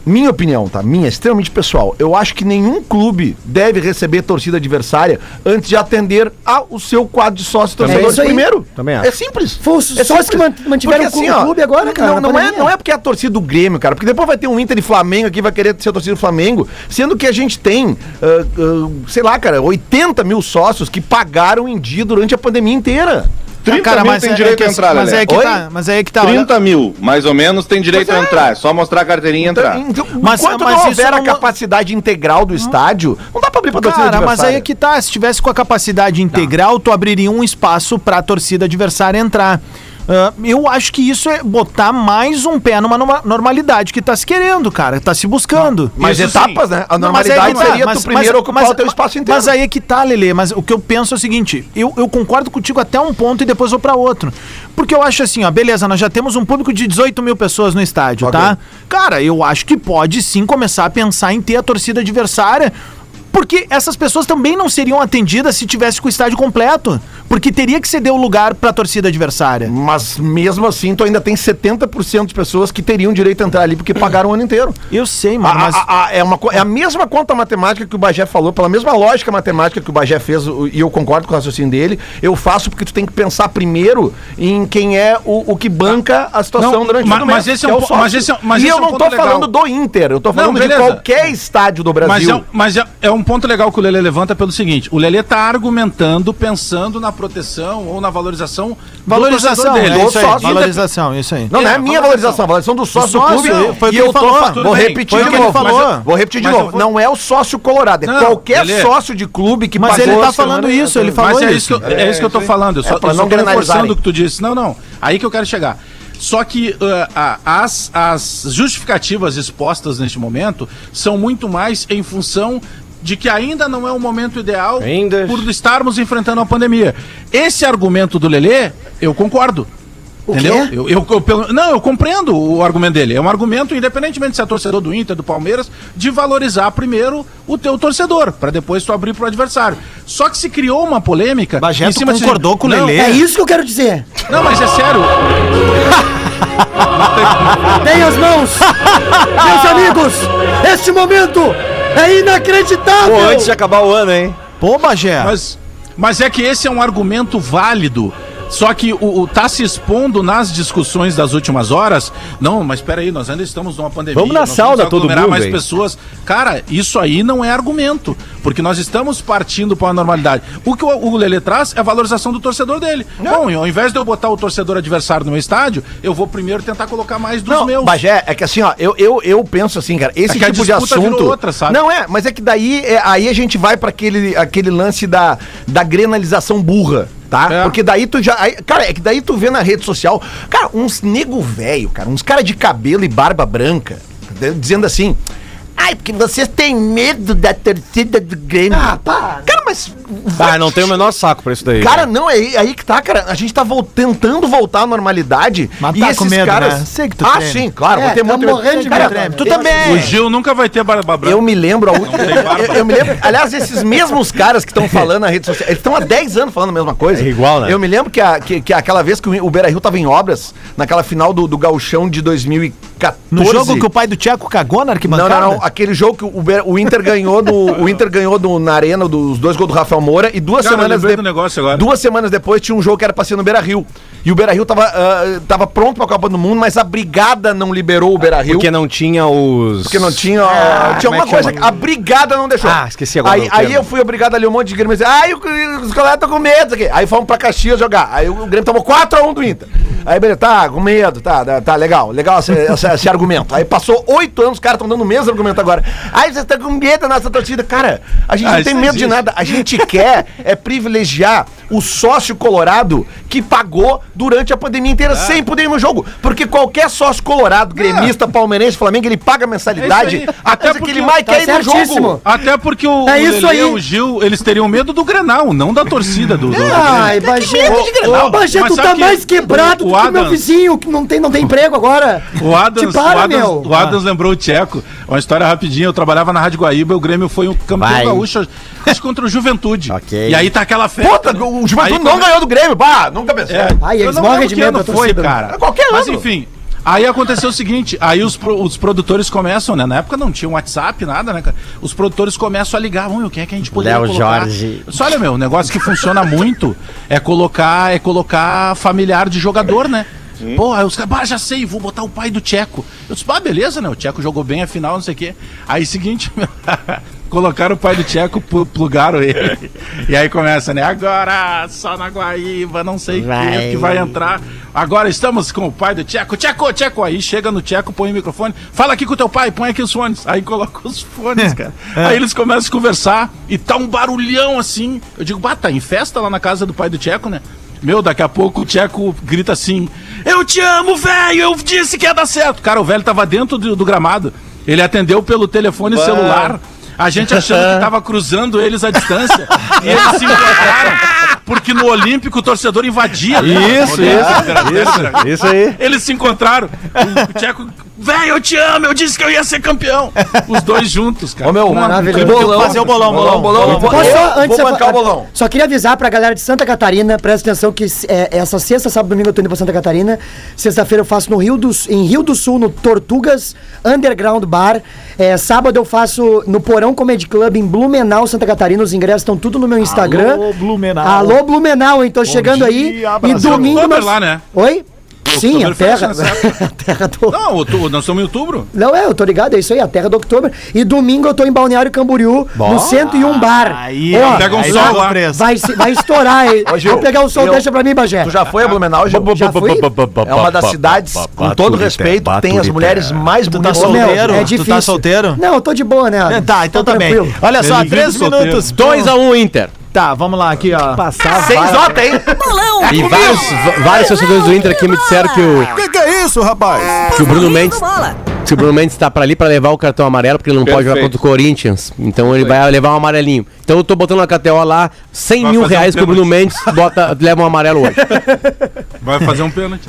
S6: Minha opinião, tá? Minha, extremamente pessoal. Eu acho que nenhum clube deve receber torcida adversária antes de atender ao seu quadro de sócio
S7: É
S6: torcedor
S7: isso aí.
S6: primeiro.
S9: Também acho.
S6: É simples.
S7: Foi os
S6: é
S7: sócios que man- mantiveram o clube agora, cara,
S6: Não,
S7: na
S6: não, é,
S7: pandemia.
S6: não é porque é a torcida do Grêmio, cara. Porque depois vai ter um Inter e Flamengo aqui, vai querer ser a torcida do Flamengo. Sendo que a gente tem, ah, ah, sei lá, cara, 80 mil sócios que pagaram em dia durante a pandemia inteira.
S5: 30 mil tem direito a entrar,
S2: mas
S5: Lelé.
S2: é que
S5: Oi?
S2: tá, mas é que tá.
S5: 30 mil, mais ou menos, tem direito
S6: Pois
S5: a
S6: é.
S5: entrar. É só mostrar a carteirinha e entrar.
S6: Então,
S2: Tá. Mas-
S6: enquanto
S2: mas
S6: não
S2: isso
S6: houver a
S2: não- é-
S6: capacidade integral do estádio, não dá pra abrir pra torcida
S2: Cara, mas aí
S6: adversária.
S2: é que tá. Se tivesse com a capacidade integral, tu abriria um espaço pra torcida adversária entrar. Ah, eu acho que isso é botar mais um pé numa norma- normalidade que tá se querendo, cara. Tá se buscando.
S6: Mas
S8: Isso
S6: etapas, né? A
S2: Não, mas
S6: normalidade
S2: aí que tá,
S6: seria
S2: mas-
S6: tu primeiro
S2: mas-
S6: ocupar
S2: mas-
S6: o teu espaço inteiro.
S2: Mas aí é que tá, Lele. Mas o que eu penso é o seguinte: eu, eu concordo contigo até um ponto e depois vou pra outro. Porque eu acho assim, ó, beleza, nós já temos um público de 18 mil pessoas no estádio, tá? Cara, eu acho que pode sim começar a pensar em ter a torcida adversária. Porque essas pessoas também não seriam atendidas se tivesse com o estádio completo. Porque teria que ceder o lugar pra torcida adversária.
S6: Mas mesmo assim, tu ainda tem 70% de pessoas que teriam direito a entrar ali porque pagaram o ano inteiro.
S2: Eu sei,
S6: A-
S2: mano, mas.
S6: a- a- é, uma, co- é a mesma conta matemática que o Bagé falou, pela mesma lógica matemática que o Bagé fez, o- e eu concordo com o raciocínio dele, eu faço porque tu tem que pensar primeiro em quem é o, o que banca a situação
S8: Não,
S6: durante
S8: ma-
S6: todo o
S8: mas
S6: mês,
S8: esse é
S6: que
S8: um
S6: o
S8: po-
S6: sócio.
S8: mas esse é- mas
S6: E
S8: esse
S6: eu
S8: é um
S6: não tô
S8: ponto legal.
S6: falando do Inter, eu tô falando de
S8: beleza.
S6: qualquer estádio do
S8: Mas
S6: Brasil.
S8: é, um- mas, é, é um ponto legal que o Lelê levanta pelo seguinte: o Lelê tá argumentando, pensando na proteção ou na valorização. do
S2: valorização,
S8: torcedor
S2: é
S8: dele.
S2: isso aí.
S6: sócio.
S2: Valorização, isso aí.
S6: Não, não é
S8: É,
S6: a minha valorização, a valorização do sócio do
S2: sócio,
S6: clube.
S2: foi o que
S6: e eu
S2: ele
S6: tô
S2: falou.
S6: fa-
S2: Tudo
S6: Vou
S8: bem,
S6: repetir
S8: foi o
S6: de
S8: que ele
S6: novo.
S8: falou.
S6: mas eu- Vou repetir de
S8: Mas eu
S6: novo.
S8: vou-
S6: Não é o sócio colorado, é
S8: Não,
S6: qualquer
S8: beleza.
S6: sócio de clube que
S2: Mas ele
S6: pagou
S2: tá
S6: a semana-
S2: falando isso, ele falou
S8: Mas é
S2: isso.
S8: isso, que eu, é, isso que eu tô falando. Eu só,
S6: É pra
S8: eu só
S6: não
S8: tô
S6: granalizarem.
S8: reforçando o que tu disse. Não, não. Aí que eu quero chegar. Só que ah, ah, as, as justificativas expostas neste momento são muito mais em função de que ainda não é o momento ideal
S9: Ainda.
S8: por estarmos enfrentando a pandemia. Esse argumento do Lelê, eu concordo. Entendeu? Eu, eu- eu pelo- não, eu compreendo o argumento dele. É um argumento, independentemente se é torcedor do Inter, do Palmeiras, de valorizar primeiro o teu torcedor, para depois tu abrir pro adversário. Só que se criou uma polêmica.
S2: Bagé,
S8: em
S2: tu
S8: cima desse-
S2: concordou com o
S8: Não,
S2: Lelê?
S7: É isso que eu quero dizer.
S8: Não, mas é sério.
S7: Tem as mãos, meus amigos. Este momento é inacreditável.
S9: Pô, antes de acabar o ano, hein?
S2: Pô, Bagé.
S8: Mas, mas é que esse é um argumento válido. Só que o, o tá se expondo nas discussões das últimas horas. Não, mas peraí, nós ainda estamos numa pandemia.
S9: Vamos na
S8: nós
S9: sauna, todo
S8: aglomerar
S9: mundo,
S8: mais
S9: hein?
S8: pessoas. Cara, isso aí não é argumento, porque nós estamos partindo para a normalidade. O que o, o Lele traz é a valorização do torcedor dele. Bom, ao invés de eu botar o torcedor adversário no meu estádio, eu vou primeiro tentar colocar mais dos
S6: Não,
S8: meus.
S6: Bagé, é que assim, ó, eu, eu, eu penso assim, cara, esse
S8: É que a
S6: tipo de
S8: disputa virou
S6: assunto.
S8: outra, sabe?
S6: Não é, mas é que daí é, aí a gente vai pra aquele, aquele lance da, da grenalização burra. Tá?
S8: É.
S6: Porque daí tu já. aí- cara, é que daí tu vê na rede social. Cara, uns nego velho, cara, uns cara de cabelo e barba branca, de- dizendo assim. Ai, porque vocês têm medo da torcida do Grêmio. Ah, pá. Cara, mas.
S9: Ah, não tem o menor saco pra isso daí.
S6: Cara, não, é aí, aí que tá, cara. A gente tá vol- tentando voltar à normalidade.
S2: Mas tá com medo, né? Sei que tu
S6: ah,
S2: treme.
S6: sim, claro.
S7: É,
S6: vou ter
S7: tá
S6: muito medo.
S7: morrendo de
S6: Cara,
S7: medo, né?
S6: Tu
S7: Eu
S2: tipo
S6: também.
S8: O Gil nunca vai ter barba branca.
S6: Eu me lembro a última.
S8: tem barba.
S6: Eu, eu me lembro. Aliás, esses mesmos caras que estão falando na rede social. Eles estão há 10 anos falando a mesma coisa.
S9: É igual, né?
S6: Eu me lembro que, a- que, que aquela vez que o Beira Rio tava em obras, naquela final do, do Gauchão de 2014,
S2: No
S6: 14.
S2: jogo que o pai do Tcheco cagou na
S6: Não,
S2: arquibancada?
S6: não, não. Aquele jogo que o, Be- o Inter ganhou do. o Inter ganhou do, na arena dos dois gols do Rafael Moura e duas
S8: Cara, eu
S6: semanas
S8: lembrei do
S6: de-
S8: negócio agora.
S6: Duas semanas depois tinha um jogo que era pra ser no Beira Rio. E o Beira Rio tava, ah, tava pronto pra Copa do Mundo, mas a brigada não liberou o Beira Rio.
S3: Porque não tinha os.
S6: Porque não tinha. tinha
S3: como é
S6: uma
S3: que
S6: coisa.
S3: chama?
S6: que A brigada não deixou.
S3: Ah, esqueci agora
S6: Aí,
S3: o
S6: aí
S3: termo.
S6: eu fui obrigado ali um monte de Grêmio. disse, Ai, o- os colegas estão com medo. Aqui. Aí fomos pra Caxias jogar. Aí o Grêmio tomou 4x1 do Inter. Aí, beleza, tá, com medo, tá, tá, tá, legal, legal esse, esse- esse argumento. Aí passou oito anos, os caras estão dando o mesmo argumento agora. Aí vocês estão com medo da nossa torcida. Cara, a gente
S8: Ah,
S6: não
S8: isso
S6: tem
S8: não
S6: medo de
S8: existe.
S6: nada. A gente quer é privilegiar o sócio colorado que pagou durante a
S8: Ah.
S6: pandemia inteira sem poder ir no jogo. Porque qualquer sócio colorado, gremista, palmeirense, Flamengo, ele paga mensalidade
S8: É
S6: idade,
S8: isso aí.
S6: a coisa
S8: Até
S6: que
S8: porque
S6: ele mais
S7: tá
S6: quer ir no
S7: certíssimo.
S6: jogo.
S8: Até porque o,
S7: É
S8: o
S7: isso aí.
S8: o Gil, eles teriam medo do Grenal, não da torcida do... do-
S7: Ai,
S8: Tá
S7: Bagé.
S8: Grenal.
S7: Ô, Bagé,
S8: Mas
S7: tu
S8: sabe
S7: tá
S8: que
S7: mais
S8: o-
S7: quebrado
S8: o
S7: do que meu
S8: Adams-
S7: vizinho, que não tem, não tem emprego agora.
S8: O Adams,
S7: Te
S8: o
S7: para,
S8: Adams,
S7: meu.
S8: o Adams lembrou o Tcheco. Uma história rapidinha. Eu trabalhava na Rádio Guaíba, o Grêmio foi um campeão
S4: Vai.
S8: gaúcho acho, contra o Juventude.
S4: Ok.
S8: E aí tá aquela festa.
S6: Puta, o Juventude não né? ganhou do Grêmio, pá, nunca pensei.
S8: É.
S7: Ai,
S8: Eu
S7: eles
S8: não
S7: morrem
S8: lembro
S7: de
S8: que
S7: medo
S8: ano
S7: da
S8: foi,
S7: torcida. né?
S8: cara.
S6: Qualquer
S8: Mas
S6: ano.
S8: enfim, aí aconteceu o seguinte, aí os, pro- os produtores começam, né? Na época não tinha WhatsApp, nada, né, cara? Os produtores começam a ligar, "Hum, o que é que a gente poderia
S4: Léo
S8: colocar?"
S4: Jorge.
S8: Só olha, meu, um negócio que funciona muito é colocar, é colocar familiar de jogador, né? Pô, aí os caras, "Bah, já sei, vou botar o pai do Tcheco. Eu disse, ah, beleza, né? O Tcheco jogou bem a final, não sei o quê. Aí, seguinte, colocaram o pai do Tcheco, plu- plugaram ele. E aí começa, né? Agora, só na Guaíba, não sei o
S4: Vai.
S8: que, que vai entrar. Agora estamos com o pai do Tcheco. Tcheco, Tcheco, aí chega no Tcheco, põe o microfone. Fala aqui com o teu pai, põe aqui os fones. Aí coloca os fones, cara. Aí eles começam a conversar e tá um barulhão assim. Eu digo, bah, tá em festa lá na casa do pai do Tcheco, né? Meu, daqui a pouco o Tcheco grita assim: Eu te amo, velho! Eu disse que ia dar certo! Cara, o velho tava dentro do, do gramado. Ele atendeu pelo telefone celular. A gente achando que tava cruzando eles à distância. e eles se encontraram. Porque no Olímpico o torcedor invadia. né?
S3: Isso,
S8: No Olímpico,
S3: isso, isso, isso aí.
S8: eles se encontraram. O Tcheco, velho, eu te amo, eu disse que eu ia ser campeão. Os dois juntos, cara.
S6: Ô, meu,
S8: Uma-
S7: maravilhoso.
S6: bolão.
S2: Fazer o bolão, bolão,
S6: bolão.
S7: Posso
S6: Eu
S7: só, antes
S6: vou
S7: eu-
S6: bancar o bolão.
S7: Só queria avisar pra galera de Santa Catarina, presta atenção que é, essa sexta, sábado, domingo eu tô indo pra Santa Catarina. Sexta-feira eu faço no Rio do, Su- em Rio do Sul, no Tortugas Underground Bar. É, sábado eu faço no Porão Comedy Club em Blumenau, Santa Catarina. Os ingressos estão tudo no meu Instagram.
S2: Alô, Blumenau.
S7: Alô, Blumenau, hein? Tô chegando aí.
S2: dia,
S7: E
S2: Brasil.
S7: domingo.
S8: Oktober
S7: nós-
S8: lá, né?
S7: Oi? Sim, a
S8: Oktoberfest
S7: terra.
S8: nessa época.
S7: a terra do.
S8: Não, outu- nós somos em outubro.
S7: Não, é, eu tô ligado, é isso aí, a terra do outubro. E domingo eu tô em Balneário Camboriú, no 101 Bar.
S2: Ah, Aí,
S7: Ó,
S8: pega um
S2: aí
S8: sol
S2: pegou
S8: lá.
S2: preso.
S7: Vai, se- vai estourar, hein?
S6: Ô, Gil,
S7: Vou pegar o sol,
S6: eu-
S7: deixa pra mim, Bagé.
S6: Tu já foi a Blumenau, Gil?
S2: Tá
S7: Já fui?
S6: É uma das cidades, com todo respeito, tem as mulheres mais
S2: Tu tá
S6: bonitas.
S7: Meu,
S2: solteiro?
S7: é
S2: tu
S7: difícil.
S2: tá solteiro?
S7: Não, eu tô de boa, né?
S2: É, Tá, então
S7: Tô
S2: tá bem.
S7: tranquilo.
S2: Olha só,
S8: Ele vive
S2: três
S8: solteiro.
S2: minutos.
S4: 2x1 Inter.
S2: Tá, vamos lá aqui, ó. Passar.
S6: Sem nota, hein?
S10: Bolão!
S4: E vários, v- vários torcedores do Inter aqui me disseram que o,
S1: Tá Que que é isso, rapaz?
S4: que o Bruno Mendes
S10: Bola.
S4: que o Bruno Mendes tá pra ali pra levar o cartão amarelo, porque ele não pode jogar
S5: Perfeito.
S4: contra o Corinthians. Então ele vai levar um amarelinho. Então eu tô botando na KTO lá 100
S8: Vai
S4: mil
S8: fazer um
S4: reais que o Bruno Mendes bota, leva um amarelo hoje.
S8: Vai fazer um pênalti.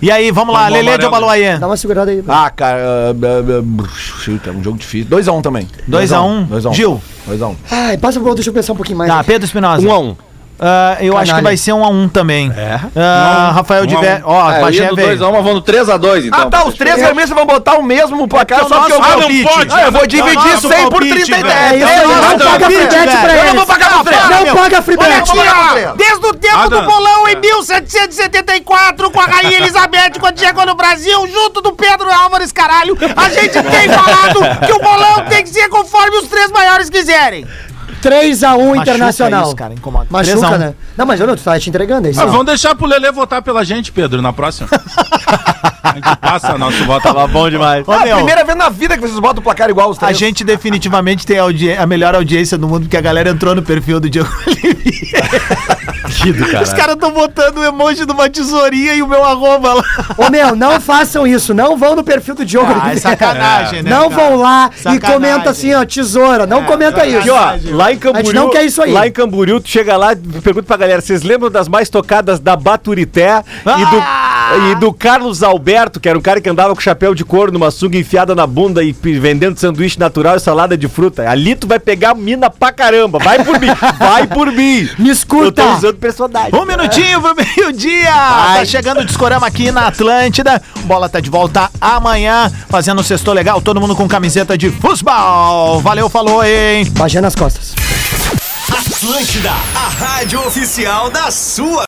S2: E aí, vamos lá,
S8: Vamos
S2: Lele de
S8: amarelo.
S2: Obaluayê.
S7: Dá uma segurada aí.
S6: Ah, cara, ah, ah, ah, chuta, é um jogo difícil. 2x1 também.
S2: 2x1.
S6: 2x1.
S2: Gil.
S6: 2x1.
S7: Ai, passa pro outro, deixa eu pensar um pouquinho mais.
S2: Tá, Pedro Espinosa.
S4: 1 a 1
S2: Ah, eu acho
S7: Canalha.
S2: que vai ser 1x1 também. É. Rafael
S8: Um a
S2: de
S8: um.
S2: Vé. Ó,
S5: Ah, eu ia
S2: Bagé
S5: do
S2: veio.
S5: 2x1, mas vamos no 3x2, então.
S6: Ah, tá, os três gremistas vão botar o mesmo placar, só que eu
S2: Ah, não
S6: palpite.
S2: pode.
S6: Ah, eu vou
S2: É o
S6: dividir
S2: nosso
S6: 100 por
S2: palpite,
S6: 30 e
S2: velho.
S6: 10.
S7: É isso aí,
S2: Não,
S7: não
S2: não,
S7: paga
S2: não,
S7: free
S2: velho.
S7: bet pra
S2: Eu
S7: eles.
S6: não vou pagar pro três.
S7: Não paga free bet.
S11: Desde o tempo
S8: Adam.
S11: do bolão em 1774, com a rainha Elizabeth, quando chegou no Brasil, junto do Pedro Álvares Caralho, a gente tem falado que o bolão tem que ser conforme os três maiores quiserem.
S7: 3x1
S2: Machuca
S7: Internacional.
S2: isso, cara, incomoda. Três a
S7: Machuca,
S2: um.
S7: né? Não, mas olha, tu tá te entregando, é isso.
S8: Ah, vamos deixar pro Lelê votar pela gente, Pedro, na próxima. A gente passa nosso voto lá.
S3: Bom demais.
S2: Ô,
S6: É
S2: meu,
S6: a primeira vez na vida que vocês botam o placar igual os
S2: a
S6: três.
S2: gente definitivamente tem a, audi- a melhor audiência do mundo, porque a galera entrou no perfil do Diego Oliveira. Os caras estão botando o emoji de uma tesourinha e o meu arroba lá.
S7: Ô, meu, não façam isso. Não vão no perfil do Diogo.
S2: Ah, é sacanagem, né?
S7: Não
S2: cara?
S7: vão lá e
S2: Sacanagem. É,
S7: comenta assim, ó, tesoura. Não comenta isso.
S3: Aqui, ó, lá em Camboriú.
S7: A gente não quer isso aí.
S3: Lá em Camboriú, tu chega lá, pergunta pra galera: vocês lembram das mais tocadas da Baturité e do.
S2: Ah!
S7: Ah!
S3: E do Carlos Alberto, que era um cara que andava com chapéu de couro, numa sunga enfiada na bunda e p- vendendo sanduíche natural e salada de fruta. Ali tu vai pegar mina pra caramba. Vai por mim, vai por mim.
S12: Me escuta.
S3: Eu tô usando personagem.
S2: Um minutinho pro meio-dia! Tá chegando o Discorama aqui na Atlântida. Bola tá de volta amanhã, fazendo o sexto legal, todo mundo com camiseta de futebol. Valeu, falou, hein?
S12: Baixando as costas.
S13: Atlântida, a rádio oficial da sua